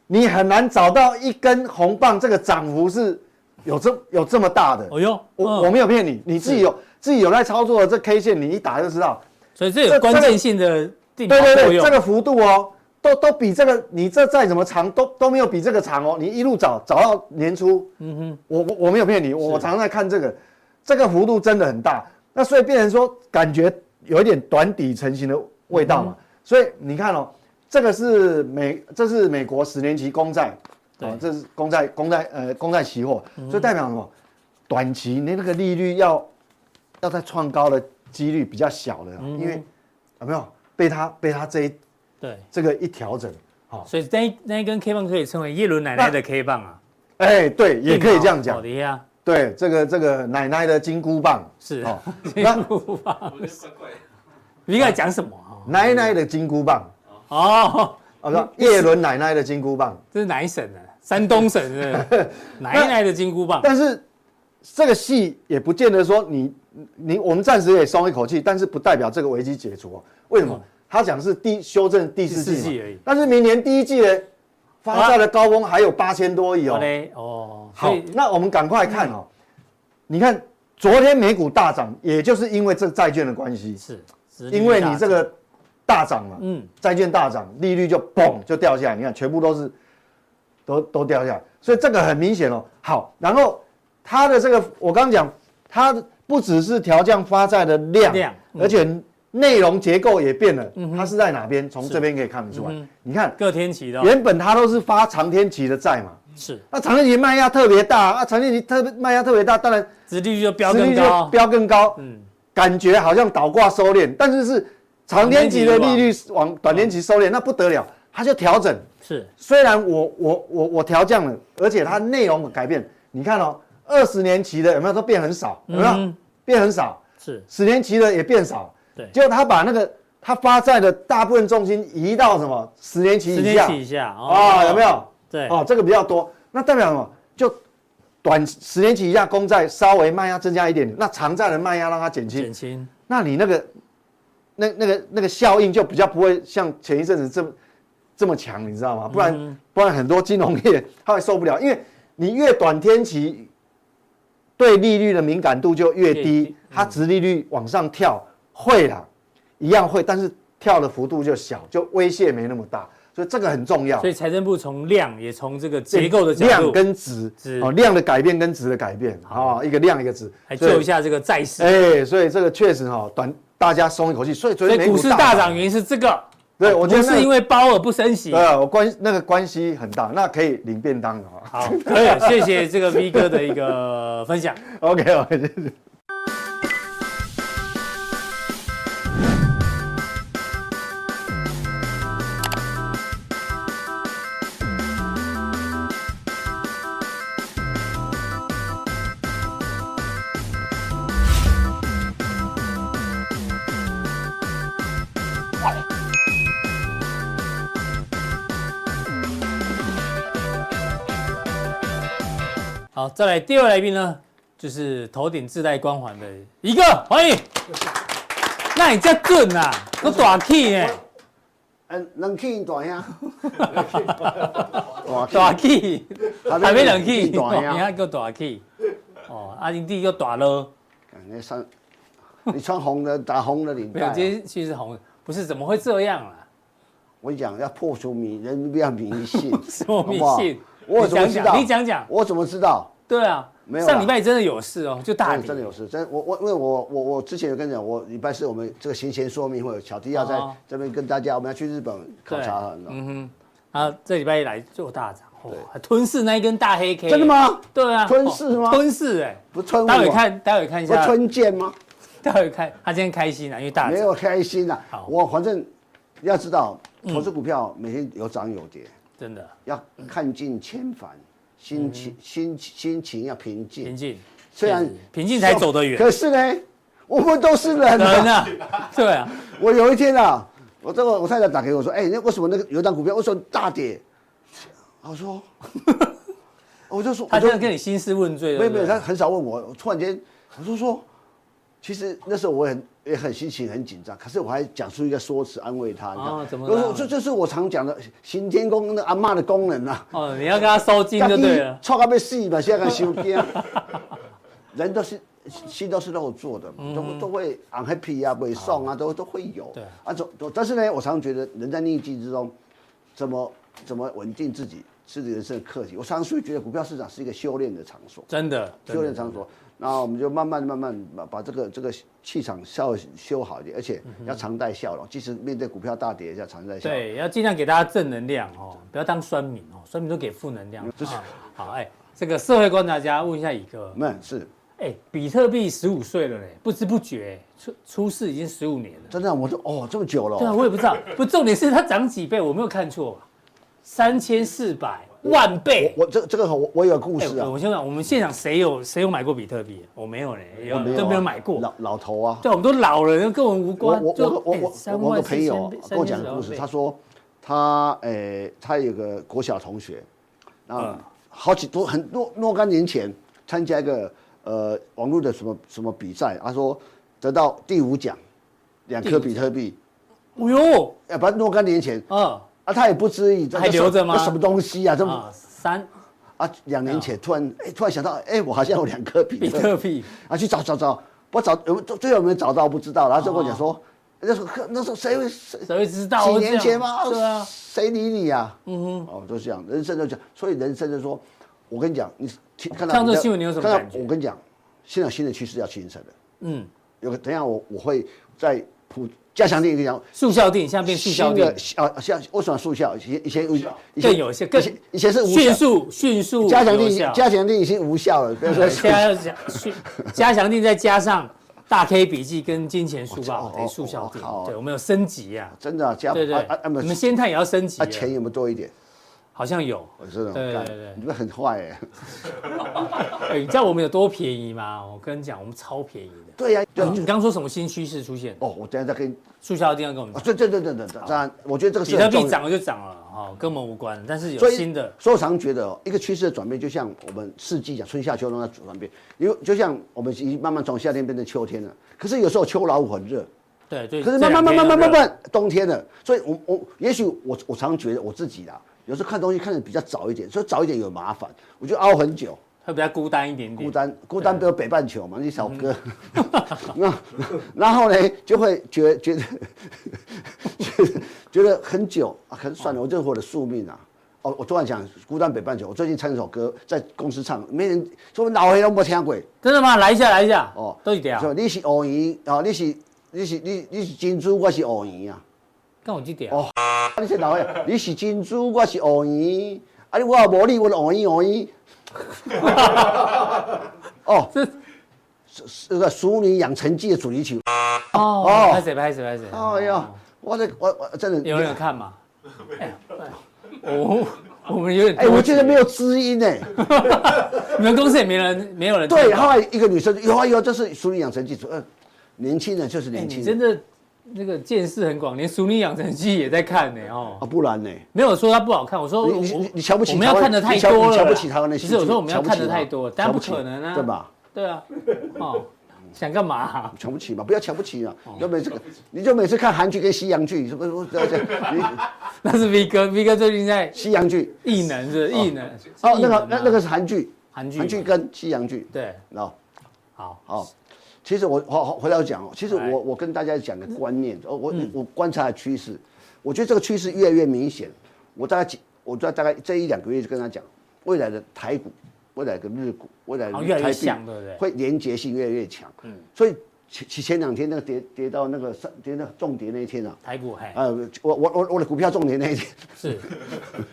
Speaker 5: 你很难找到一根红棒这个涨幅是有这有这么大的。
Speaker 2: 哦哟，
Speaker 5: 我
Speaker 2: 嗯
Speaker 5: 我没有骗你，你自己有自己有在操作的这 K 线，你一打就知道。
Speaker 2: 所以这有
Speaker 5: 这
Speaker 2: 关键性的定
Speaker 5: 对
Speaker 2: 锚
Speaker 5: 对
Speaker 2: 作
Speaker 5: 对，
Speaker 2: 用
Speaker 5: 这，个幅度哦，都都比这个你这再怎么长都都没有比这个长哦。你一路找找到年初，嗯哼，我我我没有骗你，我我常常在看这个，这个幅度真的很大。那所以变成说，感觉有一点短底成型的味道
Speaker 2: 嗯
Speaker 5: 嘛。所以你看哦，这个是美，这是美国十年期公债，
Speaker 2: 对嗯
Speaker 5: 哦，这是公债公债呃公债期货，所以代表什么？短期你那个利率要要再创高的几率比较小
Speaker 2: 嗯
Speaker 5: 了啊，因为有没有被它被它这一
Speaker 2: 对，
Speaker 5: 这个一调整，好、
Speaker 2: 所以那一那一根 K 棒可以称为耶伦奶奶的 K 棒啊，
Speaker 5: 哎，对，也
Speaker 2: 哦
Speaker 5: 可以这样讲
Speaker 2: 好。的呀，
Speaker 5: 对，这个这个奶奶的金箍棒，
Speaker 2: 是
Speaker 5: 哦，
Speaker 2: 那
Speaker 5: 那
Speaker 2: 你该讲什么啊？
Speaker 5: 奶奶的金箍棒，
Speaker 2: 哦，
Speaker 5: 啊，不叶伦奶奶的金箍棒。
Speaker 2: 这是哪一省的？啊山东省 的，哪一来的金箍棒？
Speaker 5: 但是这个戏也不见得说你你我们暂时也松一口气，但是不代表这个危机解除、哦。为什么？他讲是第修正第四季
Speaker 2: 嗯第四季
Speaker 5: 嘛
Speaker 2: 而已啊
Speaker 5: 但是明年第一季呢，发债的高峰还有八千多亿
Speaker 2: 好
Speaker 5: 哦。
Speaker 2: 嘞，哦，所
Speaker 5: 好
Speaker 2: 以，
Speaker 5: 那我们赶快看哦。你看昨天美股大涨，也就是因为这债券的关系，
Speaker 2: 是，殖利率
Speaker 5: 因为
Speaker 2: 大
Speaker 5: 你
Speaker 2: 涨
Speaker 5: 这个大涨嘛，
Speaker 2: 嗯，
Speaker 5: 债券大涨，利率就嘣就掉下来，你看全部都是都都掉下来，所以这个很明显哦。好，然后它的这个我刚刚讲，它不只是调降发债的量，
Speaker 2: 量嗯
Speaker 5: 而且内容结构也变了，它是在哪边？从这边可以看得出来。
Speaker 2: 嗯哼
Speaker 5: 你看，
Speaker 2: 各天期的哦，
Speaker 5: 原本它都是发长天期的债嘛，
Speaker 2: 是，
Speaker 5: 那啊长天期卖压特别大，啊，长天期特别卖压特别大，当然
Speaker 2: 殖利率就飙
Speaker 5: 殖利
Speaker 2: 更
Speaker 5: 率就
Speaker 2: 高，哦
Speaker 5: 飙更高，
Speaker 2: 嗯，
Speaker 5: 感觉好像倒挂收敛，但是是长天期的利率往短天期收敛，那不得了，它就调整。
Speaker 2: 是，
Speaker 5: 虽然我我我我调降了，而且它内容改变，你看哦，二十年期的有没有都变很少？有没有
Speaker 2: 嗯
Speaker 5: 变很少？
Speaker 2: 是，
Speaker 5: 十年期的也变少。
Speaker 2: 对，
Speaker 5: 结果他把那个他发债的大部分重心移到什么十年期
Speaker 2: 十
Speaker 5: 以
Speaker 2: 年
Speaker 5: 下
Speaker 2: 期以下哦
Speaker 5: 啊、有没？有？
Speaker 2: 对，
Speaker 5: 哦，这个比较多，那代表什么？就短十年期以下公债稍微卖压增加一点点，那长债的卖压让它减轻
Speaker 2: 减，轻，
Speaker 5: 那你那个那那个那个效应就比较不会像前一阵子这么这么强，你知道吗？不
Speaker 2: 嗯
Speaker 5: 然、不然很多金融业它会受不了，因为你越短天期对利率的敏感度就越
Speaker 2: 越
Speaker 5: 低
Speaker 2: 低，
Speaker 5: 它殖利率往上跳会啦，一样会，但是跳的幅度就小，就威胁没那么大，所以这个很重要
Speaker 2: 所。以财政部从量也从这个结构的角
Speaker 5: 量
Speaker 2: 度，
Speaker 5: 跟值
Speaker 2: 值
Speaker 5: 哦，量的改变跟值的改变啊、哦，一个量一个值，
Speaker 2: 来
Speaker 5: 所以
Speaker 2: 救一下这个债市。
Speaker 5: 哎，所以这个确实哈、短大家松一口气，所以昨
Speaker 2: 所
Speaker 5: 天
Speaker 2: 以
Speaker 5: 美
Speaker 2: 股市大涨原
Speaker 5: 原
Speaker 2: 因是这个，
Speaker 5: 对我觉得
Speaker 2: 不是因
Speaker 5: 为
Speaker 2: 为鲍尔不升息。
Speaker 5: 呃，我关那个关系很大，那可以领便当了哈。
Speaker 2: 好，可以，谢谢这个 V 哥的一个分享。
Speaker 5: OK OK，谢谢。
Speaker 2: 好，再来第二位来宾呢，就是头顶自带光环的一个，欢迎。那你这准啊，都大气呢，
Speaker 4: 嗯，冷气大呀，
Speaker 2: 大气，还没冷气，
Speaker 4: 大
Speaker 2: 你
Speaker 4: 呀。
Speaker 2: 看够大气。哦，阿林弟又大了，
Speaker 4: 你穿，你穿红的，打红的领
Speaker 2: 没有，
Speaker 4: 带。
Speaker 2: 今天其实红，不是怎么会这样啊啦？
Speaker 4: 我跟你讲要破除迷，人不要 迷信，
Speaker 2: 什么迷
Speaker 4: 好不好
Speaker 2: 信？
Speaker 4: 我
Speaker 2: 你
Speaker 4: 怎么
Speaker 2: 讲
Speaker 4: 知道？
Speaker 2: 讲，你讲讲。
Speaker 4: 我怎么知道？
Speaker 2: 对啊，
Speaker 4: 没有啦
Speaker 2: 上礼拜真的有事哦，就大
Speaker 4: 真
Speaker 2: 理
Speaker 4: 的真的有事，真的我我因为我我我之前有跟你讲，我礼拜四我们这个行前说明会，小弟要在
Speaker 2: 哦
Speaker 4: 这边跟大家，我们要去日本考
Speaker 2: 对
Speaker 4: 察，你知道
Speaker 2: 嗯哼，啊，这礼拜一来就大涨，哇，还吞噬那一根大黑 K，
Speaker 4: 真的？吗？
Speaker 2: 对啊，
Speaker 4: 吞噬吗
Speaker 2: 哦吞噬哎，
Speaker 4: 不是春
Speaker 2: 待会
Speaker 4: 我，
Speaker 2: 看，待会看一
Speaker 4: 不是
Speaker 2: 下，
Speaker 4: 春剑吗？
Speaker 2: 待会看，他今天开心啊，因为大
Speaker 4: 没
Speaker 2: 涨，
Speaker 4: 有开心啊
Speaker 2: 好，嗯
Speaker 4: 我反正要知道，投资股票每天有涨有跌，
Speaker 2: 真的
Speaker 4: 要看尽千帆，心情心心情要平
Speaker 2: 嗯平
Speaker 4: 静。
Speaker 2: 静，
Speaker 4: 虽然
Speaker 2: 确实平静才走得远，
Speaker 4: 可是呢，我们都是人
Speaker 2: 人
Speaker 4: 啊。
Speaker 2: 啊， 对啊，
Speaker 4: 我有一天啊，我这个我太太打给我说，哎，那为什么那个有一档股票为什么大跌？我说， 我就说，
Speaker 2: 他
Speaker 4: 我
Speaker 2: 真
Speaker 4: 就
Speaker 2: 的跟你兴师问罪，
Speaker 4: 没
Speaker 2: 对
Speaker 4: 有
Speaker 2: 不
Speaker 4: 没
Speaker 2: 对
Speaker 4: 有，他很少问我，我突然间我就说，其实那时候我也很也很心情很紧张，可是我还讲出一个说辞安慰他，你知道
Speaker 2: 哦怎么
Speaker 4: 我
Speaker 2: 了
Speaker 4: 说这这是我常讲的行天宫的阿嬷的功能啊，
Speaker 2: 哦，你要跟他收金就对了，
Speaker 4: 错到被死嘛，啊现在敢修 边，人都是。心都是肉做的，都都会 unhappy 啊，会送啊，都都会有
Speaker 2: 嗯对。
Speaker 4: 啊，总总但是呢，我常觉得人在逆境之中，怎么怎么稳定自己是人生的课题。我常常会觉得股票市场是一个修炼的场所。
Speaker 2: 真的，真
Speaker 4: 修炼
Speaker 2: 的，
Speaker 4: 场所，然后我们就慢慢慢慢把把这个这个气场稍微修好一点，而且要常带笑容。即使面对股票大跌，要常带笑
Speaker 2: 嗯
Speaker 4: 容。
Speaker 2: 对，要尽量给大家正能量哦，不要当酸民哦，酸民都给负能量，
Speaker 4: 就是
Speaker 2: 啊好哎，这个社会观察家问一下乙哥，
Speaker 4: 那是
Speaker 2: 哎、比特币十五岁了嘞，不知不觉出出世已经十五年了。
Speaker 4: 真的，我都哦这么久了
Speaker 2: 对啊，
Speaker 4: 哦，
Speaker 2: 我也不知道。不，重点是它涨几倍，我没有看错吧？三千四百万倍。
Speaker 4: 我这这个我我有个故
Speaker 2: 哎
Speaker 4: 事啊
Speaker 2: 我，我先讲，我们现场谁有谁有买过比特币？我没有嘞，有
Speaker 4: 我
Speaker 2: 都
Speaker 4: 啊
Speaker 2: 没有买过。
Speaker 4: 老老头啊，
Speaker 2: 对，我们都老了，跟我们无
Speaker 4: 我
Speaker 2: 关。
Speaker 4: 我
Speaker 2: 就
Speaker 4: 我我
Speaker 2: 哎
Speaker 4: 我
Speaker 2: 三
Speaker 4: 我我
Speaker 2: 万
Speaker 4: 个朋友啊
Speaker 2: 四千
Speaker 4: 跟我讲个故事，他说他诶、他有个国小同学，
Speaker 2: 嗯
Speaker 4: 啊，好几多很若若干年前参加一个呃网络的什么什么比赛，他说得到第五奖，两颗比特币，
Speaker 2: 哎呦，
Speaker 4: 要不然若干年前
Speaker 2: 啊
Speaker 4: 啊，他也不知意，这
Speaker 2: 还
Speaker 4: 这
Speaker 2: 留着吗
Speaker 4: 这什么东西啊？这么
Speaker 2: 啊，三
Speaker 4: 啊，两年前突然哎突然想到，哎，我好像有两颗比
Speaker 2: 比
Speaker 4: 特币
Speaker 2: 特 币，
Speaker 4: 啊，去找找找，我找有最最后有没有找到不知道，然后就跟我讲说，那时候那时候谁会谁
Speaker 2: 谁会知道？
Speaker 4: 几年前吗？
Speaker 2: 对啊，
Speaker 4: 谁理你啊？嗯哼，哦，就是这样，人生就这样，所以人生就说，我跟你讲，你听看到
Speaker 2: 像这
Speaker 4: 你的
Speaker 2: 新闻你有什么
Speaker 4: 看到
Speaker 2: 感觉
Speaker 4: 我跟你讲，现在有新的趋势要形成的，
Speaker 2: 嗯，
Speaker 4: 有个等一下我我会在普加强定跟你讲。
Speaker 2: 速效定现在变速效
Speaker 4: 新
Speaker 2: 定
Speaker 4: 的，啊，像为什么速效？以前以前有以前
Speaker 2: 更有效，更
Speaker 4: 以前以前是无
Speaker 2: 迅
Speaker 4: 效，
Speaker 2: 速迅速
Speaker 4: 加强
Speaker 2: 有
Speaker 4: 定
Speaker 2: 效
Speaker 4: 加强定已经无效了，不要说
Speaker 2: 对现在要加迅加强定再加上大 K 笔记跟金钱书
Speaker 4: 哦
Speaker 2: 报
Speaker 4: 哦
Speaker 2: 得速效定
Speaker 4: 哦好，
Speaker 2: 对我们有升级啊，
Speaker 4: 真的啊加
Speaker 2: 对对
Speaker 4: 啊啊啊，，
Speaker 2: 你
Speaker 4: 没
Speaker 2: 们
Speaker 4: 有
Speaker 2: 先探也要升级
Speaker 4: 啊
Speaker 2: 了，
Speaker 4: 钱有没有多一点？
Speaker 2: 好像有，
Speaker 4: 我真的
Speaker 2: 对
Speaker 4: 干
Speaker 2: 对对
Speaker 4: 你们很坏哎。
Speaker 2: 哎，你知道我们有多便宜吗？我跟你讲，我们超便宜的。
Speaker 4: 对呀，对啊
Speaker 2: 你刚刚说什么新趋势出现？
Speaker 4: 哦，我等一下再跟你
Speaker 2: 促销定要跟我们
Speaker 4: 啊，
Speaker 2: 讲，
Speaker 4: 对对对对对，当然，我觉得这个
Speaker 2: 比
Speaker 4: 是
Speaker 2: 特
Speaker 4: 很
Speaker 2: 币
Speaker 4: 重要。
Speaker 2: 涨了就涨了，哈，跟我们无关。但是
Speaker 4: 所
Speaker 2: 有
Speaker 4: 以
Speaker 2: 新的，
Speaker 4: 所以我常觉得哦一个趋势的转变，就像我们四季讲春夏秋冬在转变，因为就像我们已经慢慢从夏天变成秋天了，可是有时候秋老虎很热，
Speaker 2: 对对。
Speaker 4: 可是
Speaker 2: 这
Speaker 4: 慢慢
Speaker 2: 两天
Speaker 4: 慢慢慢
Speaker 2: 很
Speaker 4: 慢
Speaker 2: 热
Speaker 4: 慢冬天了，所以我我也许我我常觉得我自己啦，有时候看东西看的比较早一点，所以早一点有麻烦，我就熬很久，
Speaker 2: 会比较孤单一点点。
Speaker 4: 孤单孤单不有北半球嘛，你小哥， 那然后呢就会觉觉得觉得觉得很久，啊，可是算了，我就是我的宿命啊。哦，我突然想孤单北半球，我最近唱一首歌在公司唱，没人说老黑都没听过。
Speaker 2: 真的吗？来一下，来一下。
Speaker 4: 哦
Speaker 2: 哦，都一点
Speaker 4: 说
Speaker 2: 啊，
Speaker 4: 你是乌蝇，哦，你是你是你你是珍珠，我是乌蝇啊。
Speaker 2: 跟我去点啊。
Speaker 4: 哦啊你这老黑，你是珍珠，我是乌蝇。啊，你我也无你，我是乌蝇乌蝇。哦，
Speaker 2: 这
Speaker 4: 这个《淑女养成记》的主题曲。
Speaker 2: 哦，拍谁拍谁拍谁。
Speaker 4: 哎呀，我这我我真的
Speaker 2: 有人有看吗？哎我我们有点
Speaker 4: 哎，我觉得没
Speaker 2: 有，
Speaker 4: 有知音哎。
Speaker 2: 你们公司也没人，没有人看到。
Speaker 4: 对，后来一个女生有啊有啊，这是《淑女养成记》主，呃，年轻人就是
Speaker 2: 哎
Speaker 4: 年
Speaker 2: 你
Speaker 4: 轻
Speaker 2: 真
Speaker 4: 人
Speaker 2: 的那个见识很广，连《熟女养成记》也在看呢哦
Speaker 4: 啊，。不然呢？
Speaker 2: 没有说它不好看，我说
Speaker 4: 你
Speaker 2: 我
Speaker 4: 你你瞧不起
Speaker 2: 我们要
Speaker 4: 台湾
Speaker 2: 看的太
Speaker 4: 你瞧
Speaker 2: 多了，
Speaker 4: 你瞧不起台湾的戏
Speaker 2: 其
Speaker 4: 剧
Speaker 2: 实有时候我们要
Speaker 4: 瞧不
Speaker 2: 看
Speaker 4: 起
Speaker 2: 的太
Speaker 4: 吗
Speaker 2: 多，当然
Speaker 4: 瞧
Speaker 2: 不
Speaker 4: 起
Speaker 2: 可能啊，
Speaker 4: 对？吧？
Speaker 2: 对啊，哦，想干嘛啊？
Speaker 4: 瞧不起嘛，不要瞧不起嘛，
Speaker 2: 哦
Speaker 4: 就每次你就每次看韩剧跟西洋剧，什么什么这这，你
Speaker 2: 那是 V 哥，V 哥最近在
Speaker 4: 西洋剧
Speaker 2: 异能是不是异能
Speaker 4: 哦，
Speaker 2: 是
Speaker 4: 那
Speaker 2: 异能
Speaker 4: 个
Speaker 2: 啊
Speaker 4: 那那个是韩剧，
Speaker 2: 韩剧嘛
Speaker 4: 韩剧跟西洋剧，
Speaker 2: 对，
Speaker 4: 哦
Speaker 2: 好，
Speaker 4: 好。其实我好好回来讲哦，其实
Speaker 2: 来嗯
Speaker 4: 我我跟大家讲个观念，哦，我我观察的趋势，我觉得这个趋势越来越明显。我大概几，我在大概这一两个月就跟他讲，未来的台股、未来的日股、未来的
Speaker 2: 哦越来越
Speaker 4: 台币
Speaker 2: 像对不对
Speaker 4: 会连结性越来越强。嗯，所以前前前两天那个跌跌到那个上跌到重跌那一天啊，
Speaker 2: 台股嘿
Speaker 4: 呃，我我我我的股票重跌那一天，
Speaker 2: 是，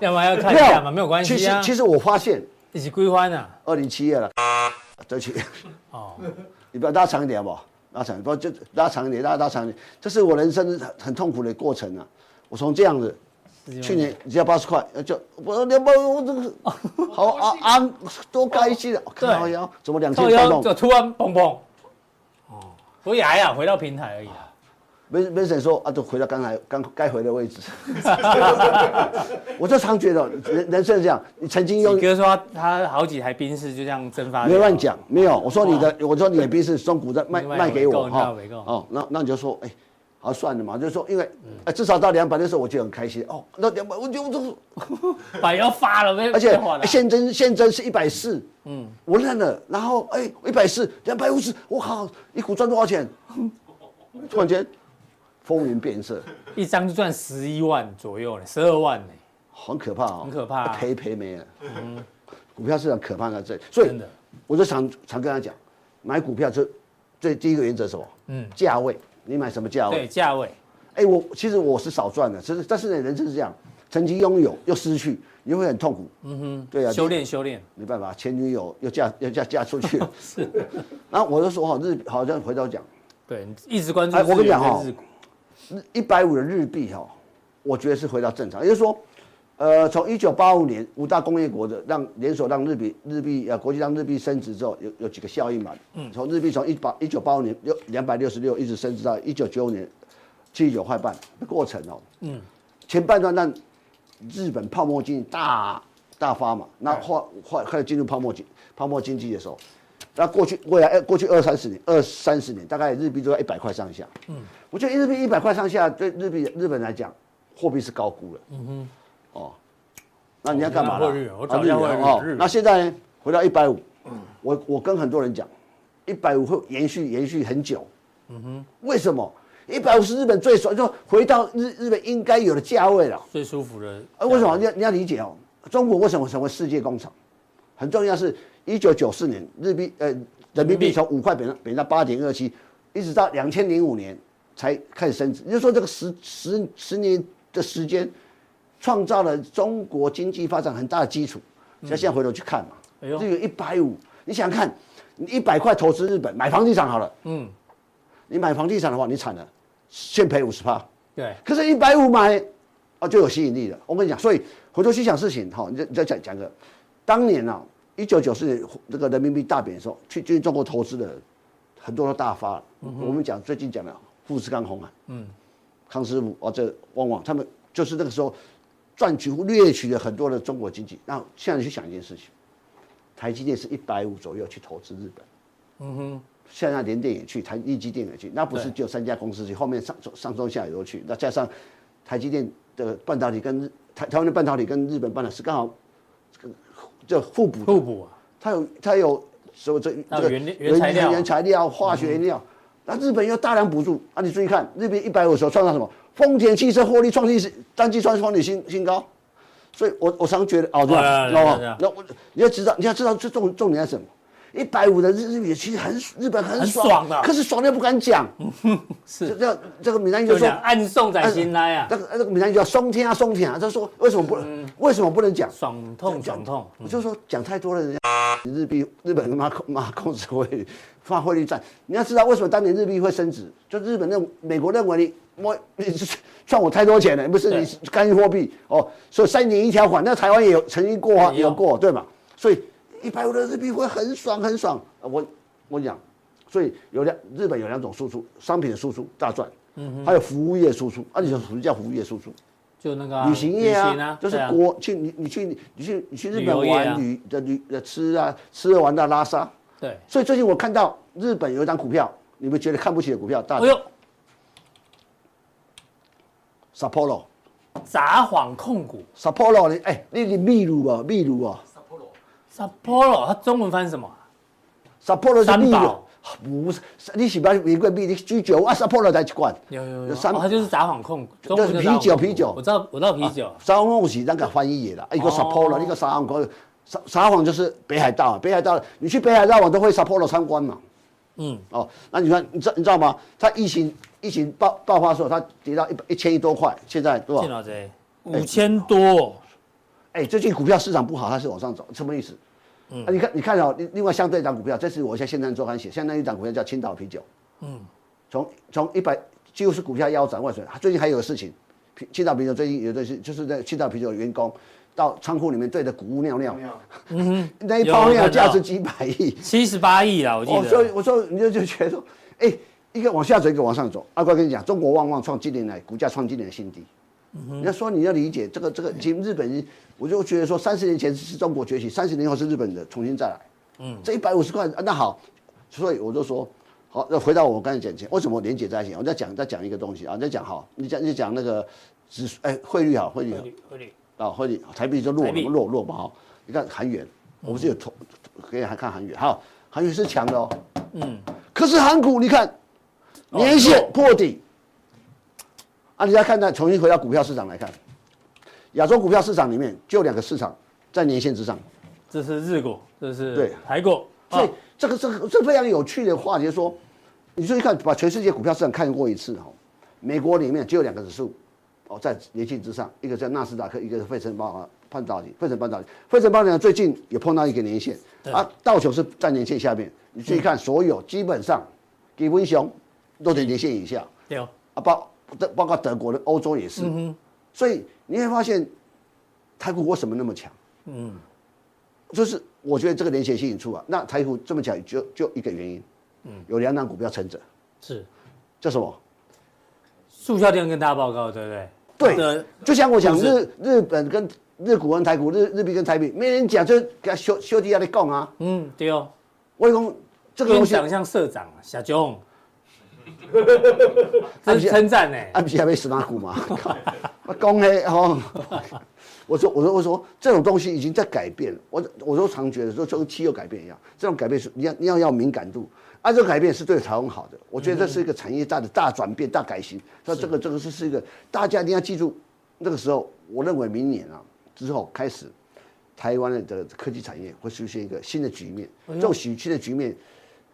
Speaker 2: 要不然要看一下嘛，没有关
Speaker 4: 其
Speaker 2: 系
Speaker 4: 实
Speaker 2: 啊，
Speaker 4: 其实我发现
Speaker 2: 一起归欢啊，
Speaker 4: 二零七月了，对不起，
Speaker 2: 哦，
Speaker 4: 你不要拉长一点好不好？拉长，不就拉长一点，拉拉长一点，这是我人生很很痛苦的过程啊！我从这样子，去年只要八十块，呃就我两百，我这个 好啊啊，多开心啊！
Speaker 2: 对
Speaker 4: 靠腰，怎么两
Speaker 2: 靠
Speaker 4: 千三
Speaker 2: 腰就
Speaker 4: 弄？
Speaker 2: 突然蹦蹦，哦，所以哎呀，回到平台而已啊，
Speaker 4: 没没谁说啊，就回到刚才刚该回的 位置。我就常觉得人人生是这样，你曾经用
Speaker 2: 你哥说他他好几台宾士就这样蒸发，
Speaker 4: 没乱。讲，没有。我说你的，我说你的鼻是中股在卖
Speaker 2: 另外
Speaker 4: 卖给我
Speaker 2: 回购
Speaker 4: 哈
Speaker 2: 另外回购。
Speaker 4: 哦，那那你就说，哎，好算了嘛，就说因为
Speaker 2: 嗯
Speaker 4: 呃至少到两百的时候我就很开心哦，那两百我就我就，
Speaker 2: 把要发了，被
Speaker 4: 而且
Speaker 2: 被划了
Speaker 4: 现真现真是一百四，嗯，我认了。然后哎，一百四，两百五十，我靠，一股赚多 少钱？突然间风云变色，
Speaker 2: 一张就赚十一万左右呢，十二万呢。
Speaker 4: 很可怕哦，
Speaker 2: 很可怕啊
Speaker 4: 赔赔没了。股票市场可怕在这里，所以
Speaker 2: 真的
Speaker 4: 我就常常跟他讲，买股票最最第一个原则是什么？嗯，价位，你买什么价
Speaker 2: 对，
Speaker 4: 位？
Speaker 2: 价位
Speaker 4: 哎，我其实我是少赚的，只是但是呢，人生是这样，曾经拥有又失去，你会很痛苦。嗯哼，对啊，
Speaker 2: 修炼修炼，
Speaker 4: 没办法，前女友又嫁又嫁嫁出 去了。是，然后我就说哈，日好像回头讲，
Speaker 2: 对，你一直关注
Speaker 4: 哎
Speaker 2: 日
Speaker 4: 我跟你讲
Speaker 2: 元
Speaker 4: 哦
Speaker 2: 跟日股。
Speaker 4: 一百五的日币哈、我觉得是回到正常，也就是说，呃，从一九八五年五大工业国的让联手让日币日币呃国际让日币升值之后，有有几个效应嘛？嗯，从日币从一八一九八五年六两百六十六一直升值到一九九五年七九坏半的过程哦。嗯，前半段让日本泡沫经济大大发嘛，那后后来开始进入泡沫经泡沫经济的时候，那过去未来呃过去二三十年二三十年大概日币都在一百块上下。嗯，我觉得日币一百块上下对日币日本来讲货币是高估了。嗯哼。哦，那你要干
Speaker 2: 我
Speaker 4: 嘛
Speaker 2: 看看汇率
Speaker 4: 呢？
Speaker 2: 我找一下
Speaker 4: 啊日元
Speaker 2: 汇率
Speaker 4: 哦
Speaker 2: 日元
Speaker 4: 那现在呢？回到一百五，我我跟很多人讲，一百五会延续延续很久。嗯哼，为什么？一百五是日本最爽，就回到日日本应该有的价位了。
Speaker 2: 最舒服的。
Speaker 4: 呃，为什么？你要你要理解哦，中国为什么成为世界工厂？很重要是，一九九四年日币呃人民
Speaker 2: 民币
Speaker 4: 币从五块贬到贬到八点二七，一直到两千零五年才开始升值。也就是说，这个十十十年的时间，创造了中国经济发展很大的基础。所以现在回头去看嘛，
Speaker 2: 嗯哎呦
Speaker 4: 这有一百五，你想想看，你一百块投资日本买房地产好了，
Speaker 2: 嗯，
Speaker 4: 你买房地产的话，你惨了，现赔五十趴。
Speaker 2: 对，
Speaker 4: 可是，一百五买，哦，就有吸引力了。我跟你讲，所以回头去想事情，哈、你再你再讲讲个，当年啊，一九九四年这个人民币大贬的时候，去进中国投资的人很多都大发了。我们讲最近讲的富士康、红海，嗯，康师傅哦，这旺旺，他们就是那个时候赚取掠取了很多的中国经济。那现在你去想一件事情，台积电是一百五左右去投资日本。现在联电也去，台立积电也去，那不是
Speaker 2: 对
Speaker 4: 只有三家公司去，后面上中上中下游都去，那加上台积电的半导体跟日台台湾的半导体跟日本半导体是刚好这个互补的，
Speaker 2: 互补啊，
Speaker 4: 它有它有什么这
Speaker 2: 那
Speaker 4: 这个
Speaker 2: 原料原材料嗯
Speaker 4: 原材料、化学原料，那日本又大量补助啊！你注意看，日本一百五十创造什么？丰田汽车获利创历史单季创创历新新高，所以我我常觉得哦，对
Speaker 2: 啊
Speaker 4: 吧？
Speaker 2: 对啊
Speaker 4: 哦
Speaker 2: 对啊
Speaker 4: 那我你要知道，你要知道这重重点在什么？一百五的日日语其实很日本很
Speaker 2: 很
Speaker 4: 爽，
Speaker 2: 爽的
Speaker 4: 可是爽的不敢讲。这
Speaker 2: 是，
Speaker 4: 这这个闽南语
Speaker 2: 就
Speaker 4: 就说哎呃
Speaker 2: 讲暗送在心来啊嗯
Speaker 4: 那，个那个闽南语叫松天啊松天啊，他说为什么不为什么不能讲？
Speaker 2: 爽痛爽痛，嗯
Speaker 4: 我就说讲太多了，人家日币日本跟马控马控制汇率发汇率战，你要知道为什么当年日币会升值，就日本认美国认为你摸你是赚我太多钱了，不是
Speaker 2: 对
Speaker 4: 你是干预货币哦，所以三年一条款，那台湾也有曾经过啊，
Speaker 2: 也有
Speaker 4: 有过对吧？所以一百五的日币会很爽很爽，呃我我讲，所以有两日本有两种输出，商品的输出大赚，还有服务业输出，啊，你说什么叫服务业输出？
Speaker 2: 就那个啊
Speaker 4: 旅行业
Speaker 2: 旅行
Speaker 4: 啊
Speaker 2: 啊，
Speaker 4: 就是
Speaker 2: 对啊
Speaker 4: 国去你你去你去你去日
Speaker 2: 旅游
Speaker 4: 本
Speaker 2: 业啊
Speaker 4: 玩旅的旅的吃啊，吃了玩到拉撒。
Speaker 2: 对，
Speaker 4: 所以最近我看到日本有一张股票，你们觉得看不起的股票，大
Speaker 2: 哎呦，
Speaker 4: Sapporo
Speaker 2: 杂谎控股
Speaker 4: Sapporo 呢？哎，那你秘鲁啊，秘鲁啊
Speaker 2: Sapporo，它中文翻译什么啊？
Speaker 4: ，Sapporo 是
Speaker 2: 三
Speaker 4: 秘鲁啊
Speaker 2: 宝，
Speaker 4: 不是你喜欢玫瑰蜜，你居酒啊，Sapporo 才管。
Speaker 2: 有有有，
Speaker 4: 有
Speaker 2: 哦
Speaker 4: 三
Speaker 2: 它就是杂谎控股，中
Speaker 4: 就是
Speaker 2: 文叫杂
Speaker 4: 啤酒
Speaker 2: 谎控股
Speaker 4: 啤酒啊
Speaker 2: 我知道我知道啤酒，
Speaker 4: 撒谎是那个翻译的啦，哎一个
Speaker 2: 哦
Speaker 4: Sapporo，一个撒谎，撒撒谎就是北海道，北海道你去北海道我都会 Sapporo 参观嘛。
Speaker 2: 嗯，
Speaker 4: 哦，那你看，你知你知道吗？它疫情疫情爆爆发的时候，它跌到一百一千亿多块，现在多
Speaker 2: 见
Speaker 4: 少？
Speaker 2: 到这五千多，
Speaker 4: 哎、最近股票市场不好，它是往上走，什么意思？啊，你看，你看哦，另另外相对一档股票，这是我在《现在周刊》写，相当于一档股票叫青岛啤酒，嗯，从从一百几乎是股票腰斩万水，最近还有个事情，啤青岛啤酒最近有的是就是在青岛啤酒的员工到仓库里面对着谷物尿尿
Speaker 3: 有没，有？
Speaker 4: 那一
Speaker 2: 有
Speaker 4: 泡
Speaker 2: 我
Speaker 4: 尿
Speaker 2: 看到
Speaker 4: 价值几百亿，
Speaker 2: 七十八亿啦，我记
Speaker 4: 我说
Speaker 2: 得，
Speaker 4: 哦我说你就就觉得说，哎、一个往下走，一个往上走。阿怪跟你讲，中国旺旺创今年来股价创今年的新低。
Speaker 2: 嗯
Speaker 4: 你要说你要理解这个这个，其实日本人，我就觉得说，三十年前是中国崛起，三十年后是日本的重新再来。嗯，这一百五十块，啊那好，所以我就说，好，那回到我刚才讲前，为什么连结在一起？我再讲再讲一个东西啊，再讲好，你讲你讲那个指数，哎、汇率好，汇率好
Speaker 2: 合理合理
Speaker 4: 啊，汇率台币就弱
Speaker 2: 台币
Speaker 4: 弱弱嘛哈。你看韩元，我们是有投，可以还看韩元，好，韩元是强的哦。
Speaker 2: 嗯，
Speaker 4: 可是韩股你看，
Speaker 2: 哦
Speaker 4: 年线
Speaker 2: 弱
Speaker 4: 破底，啊，你再看看，重新回到股票市场来看，亚洲股票市场里面就两个市场在年线之上，
Speaker 2: 这是日股，这是
Speaker 4: 对
Speaker 2: 台股，
Speaker 4: 所以
Speaker 2: 哦
Speaker 4: 这个这个这非常有趣的话题说，你注意看，把全世界股票市场看过一次哈、哦，美国里面只有两个指数，哦，在年线之上，一个叫纳斯达克，一个是费城半导半导体，费城半导体，费城半导体最近也碰到一个年线，啊，道琼是在年线下面，你注意看，所有基本上，基本上都在年线以下。
Speaker 2: 对哦，
Speaker 4: 嗯啊，包包括德国的、欧洲也是。所以你会发现，台股为什么那么强？嗯，就是我觉得这个连结性引出啊，那台股这么强就就一个原因，嗯，有两档股票撑着，
Speaker 2: 是
Speaker 4: 叫什么？
Speaker 2: 速效店跟大家报告，对不对？
Speaker 4: 对
Speaker 2: 呃
Speaker 4: 就像我讲
Speaker 2: 不是
Speaker 4: 日日本跟日股跟台股，日日币跟台币，没人讲，就给他修修弟下来讲啊，
Speaker 2: 嗯，对哦，
Speaker 4: 我讲这个
Speaker 2: 院
Speaker 4: 东西，
Speaker 2: 长像社长啊，小 囧，这是称赞呢。
Speaker 4: 啊，不是还没死哪股嘛？ 靠我讲嘿哦，我说我说我说这种东西已经在改变了。我我都常觉得说，就跟气候改变一样，这种改变是你要你要要敏感度，啊，这个改变是对台湾好的。我觉得这是一个产业大的大转变、大改型。那这个这个是是一个大家一定要记住，那个时候我认为明年啊之后开始，台湾的这个科技产业会出现一个新的局面，这种喜剧的局面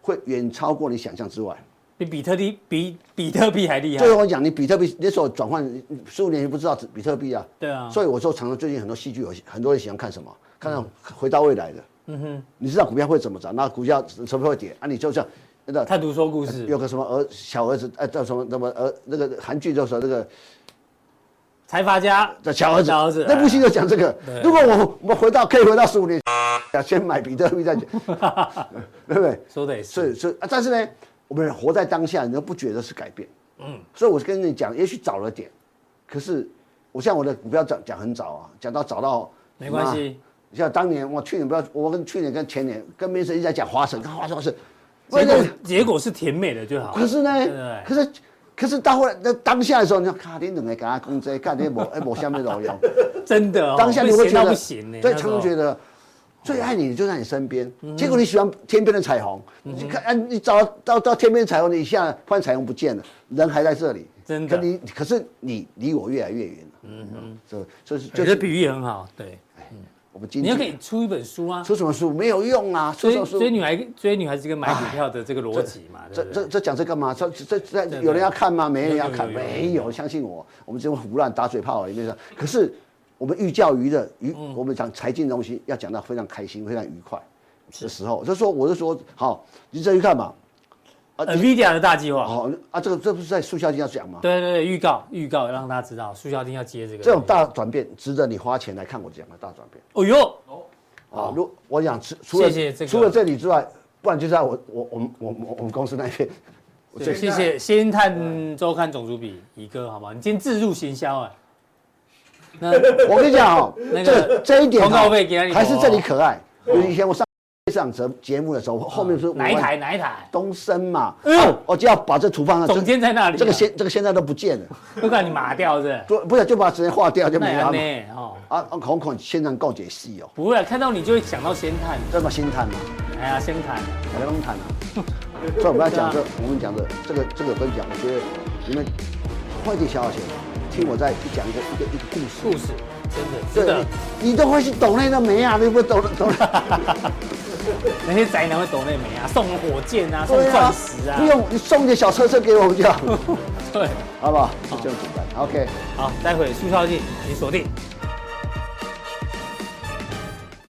Speaker 4: 会远超过你想象之外。
Speaker 2: 比比特币比比特币还厉害
Speaker 4: 最。后我讲，你比特币那时候转换十五年前不知道比特币啊，
Speaker 2: 对啊
Speaker 4: 所以我说常常最近很多戏剧有很多人喜欢看什么？看到回到未来的，嗯哼，你知道股票会怎么涨，那股价什么会跌啊？你就像那个
Speaker 2: 探图说故事，
Speaker 4: 有个什么儿小儿子呃叫什么什么儿那个韩剧叫什么那个
Speaker 2: 财阀家
Speaker 4: 叫小儿子，
Speaker 2: 小儿子哎
Speaker 4: 那部戏就讲这个
Speaker 2: 对。
Speaker 4: 如果我我们回到可以回到十五年，先买比特 币再讲，对不对？
Speaker 2: 说的也
Speaker 4: 所
Speaker 2: 是，
Speaker 4: 以，所以啊，但是呢，我们活在当下，你都不觉得是改变。嗯，所以我跟你讲，也许早了点，可是我像我的股票讲讲很早啊，讲到早到
Speaker 2: 没关。系，
Speaker 4: 像当年我去年不要，我跟去年跟前年跟民生一直在讲华晨，看华啊晨华晨，
Speaker 2: 结
Speaker 4: 喂
Speaker 2: 果
Speaker 4: 那
Speaker 2: 结果是甜美的就好。
Speaker 4: 可是呢
Speaker 2: 对不对，
Speaker 4: 可是可是到后来那当下的时候，你看，卡丁两个给他工资，卡丁某哎某下面老用。
Speaker 2: 真的哦，
Speaker 4: 当下你
Speaker 2: 被
Speaker 4: 会觉
Speaker 2: 嫌
Speaker 4: 得
Speaker 2: 到不行呢。
Speaker 4: 对，
Speaker 2: 那时
Speaker 4: 常
Speaker 2: 候嗯
Speaker 4: 常觉得最爱你的就在你身边。结果你喜欢天边的彩虹，你看，啊你找到到天边的彩虹，你一下发现彩虹不见了，人还在这里。
Speaker 2: 真的
Speaker 4: 可你可是你离我越来越远了。嗯嗯，所以所以
Speaker 2: 觉
Speaker 4: 就
Speaker 2: 得
Speaker 4: 是
Speaker 2: 比喻也很好，对，
Speaker 4: 我们今
Speaker 2: 你就可
Speaker 4: 天
Speaker 2: 以出一本书啊，
Speaker 4: 出什么书没有用啊，出什
Speaker 2: 追
Speaker 4: 么书
Speaker 2: 追女孩追女孩子跟买股票的这个逻辑嘛，
Speaker 4: 这
Speaker 2: 对不
Speaker 4: 这
Speaker 2: 对？
Speaker 4: 这讲这干嘛？这这这这有人要看吗？没人要看，
Speaker 2: 有有有有
Speaker 4: 没有。相信我，我们这种胡乱打嘴炮也没事。可是我们寓教于乐，于
Speaker 2: 嗯
Speaker 4: 我们讲财经的东西要讲到非常开心、非常愉快的时候，就说我就说好，你这去看嘛。啊，你
Speaker 2: NVIDIA 的大计划，
Speaker 4: 好啊，这个这不是在速效机要讲吗？
Speaker 2: 对对对，预告预告让大家知道，苏小丁要接这个。
Speaker 4: 这种大转变值得你花钱来看我讲的大转变
Speaker 2: 哦哟，
Speaker 4: 啊！如我想除除了
Speaker 2: 谢谢这个
Speaker 4: 除了这里之外，不然就在我我我们我们我们公司那边，我
Speaker 2: 对，
Speaker 4: 最
Speaker 2: 谢谢《先探周刊》总主笔乙哥，好不好？你今天自入行销 啊，那
Speaker 4: 我跟你讲哦，
Speaker 2: 那个
Speaker 4: 这这一点哦
Speaker 2: 广告费给你
Speaker 4: 还是这里可爱。就是以前我上上节节目的时候，后面不是
Speaker 2: 哪一台哪一台？
Speaker 4: 东升嘛，
Speaker 2: 哎呦
Speaker 4: 啊我就要把啊这图放上。
Speaker 2: 总监在那里啊，
Speaker 4: 这个现这个现在都不见了，
Speaker 2: 都把你麻掉是不是？
Speaker 4: 不不是就把时间划掉就
Speaker 2: 那
Speaker 4: 没
Speaker 2: 也
Speaker 4: 了
Speaker 2: 安
Speaker 4: 嘛。
Speaker 2: 呢哦，
Speaker 4: 啊，啊孔孔现场告解戏哦，
Speaker 2: 不会啊，看到你就会想到先探，
Speaker 4: 这么心态嘛，
Speaker 2: 哎呀，先探，
Speaker 4: 我要弄谈啊。所以我们要讲这
Speaker 2: 对，
Speaker 4: 我们讲的这个这个分享，我觉得你们花一点小小钱，听我再讲一个一个一个故事。
Speaker 2: 故事真的真
Speaker 4: 对
Speaker 2: 的，，
Speaker 4: 你都会去懂那个没啊？你不懂懂那。
Speaker 2: 那些宅男会懂那美啊，送火箭啊，送
Speaker 4: 对
Speaker 2: 钻石啊，
Speaker 4: 不用，你送点小车车给我们就好，
Speaker 2: 对，
Speaker 4: 好不好？就这么简单。OK，
Speaker 2: 好，待会速效剂你锁定。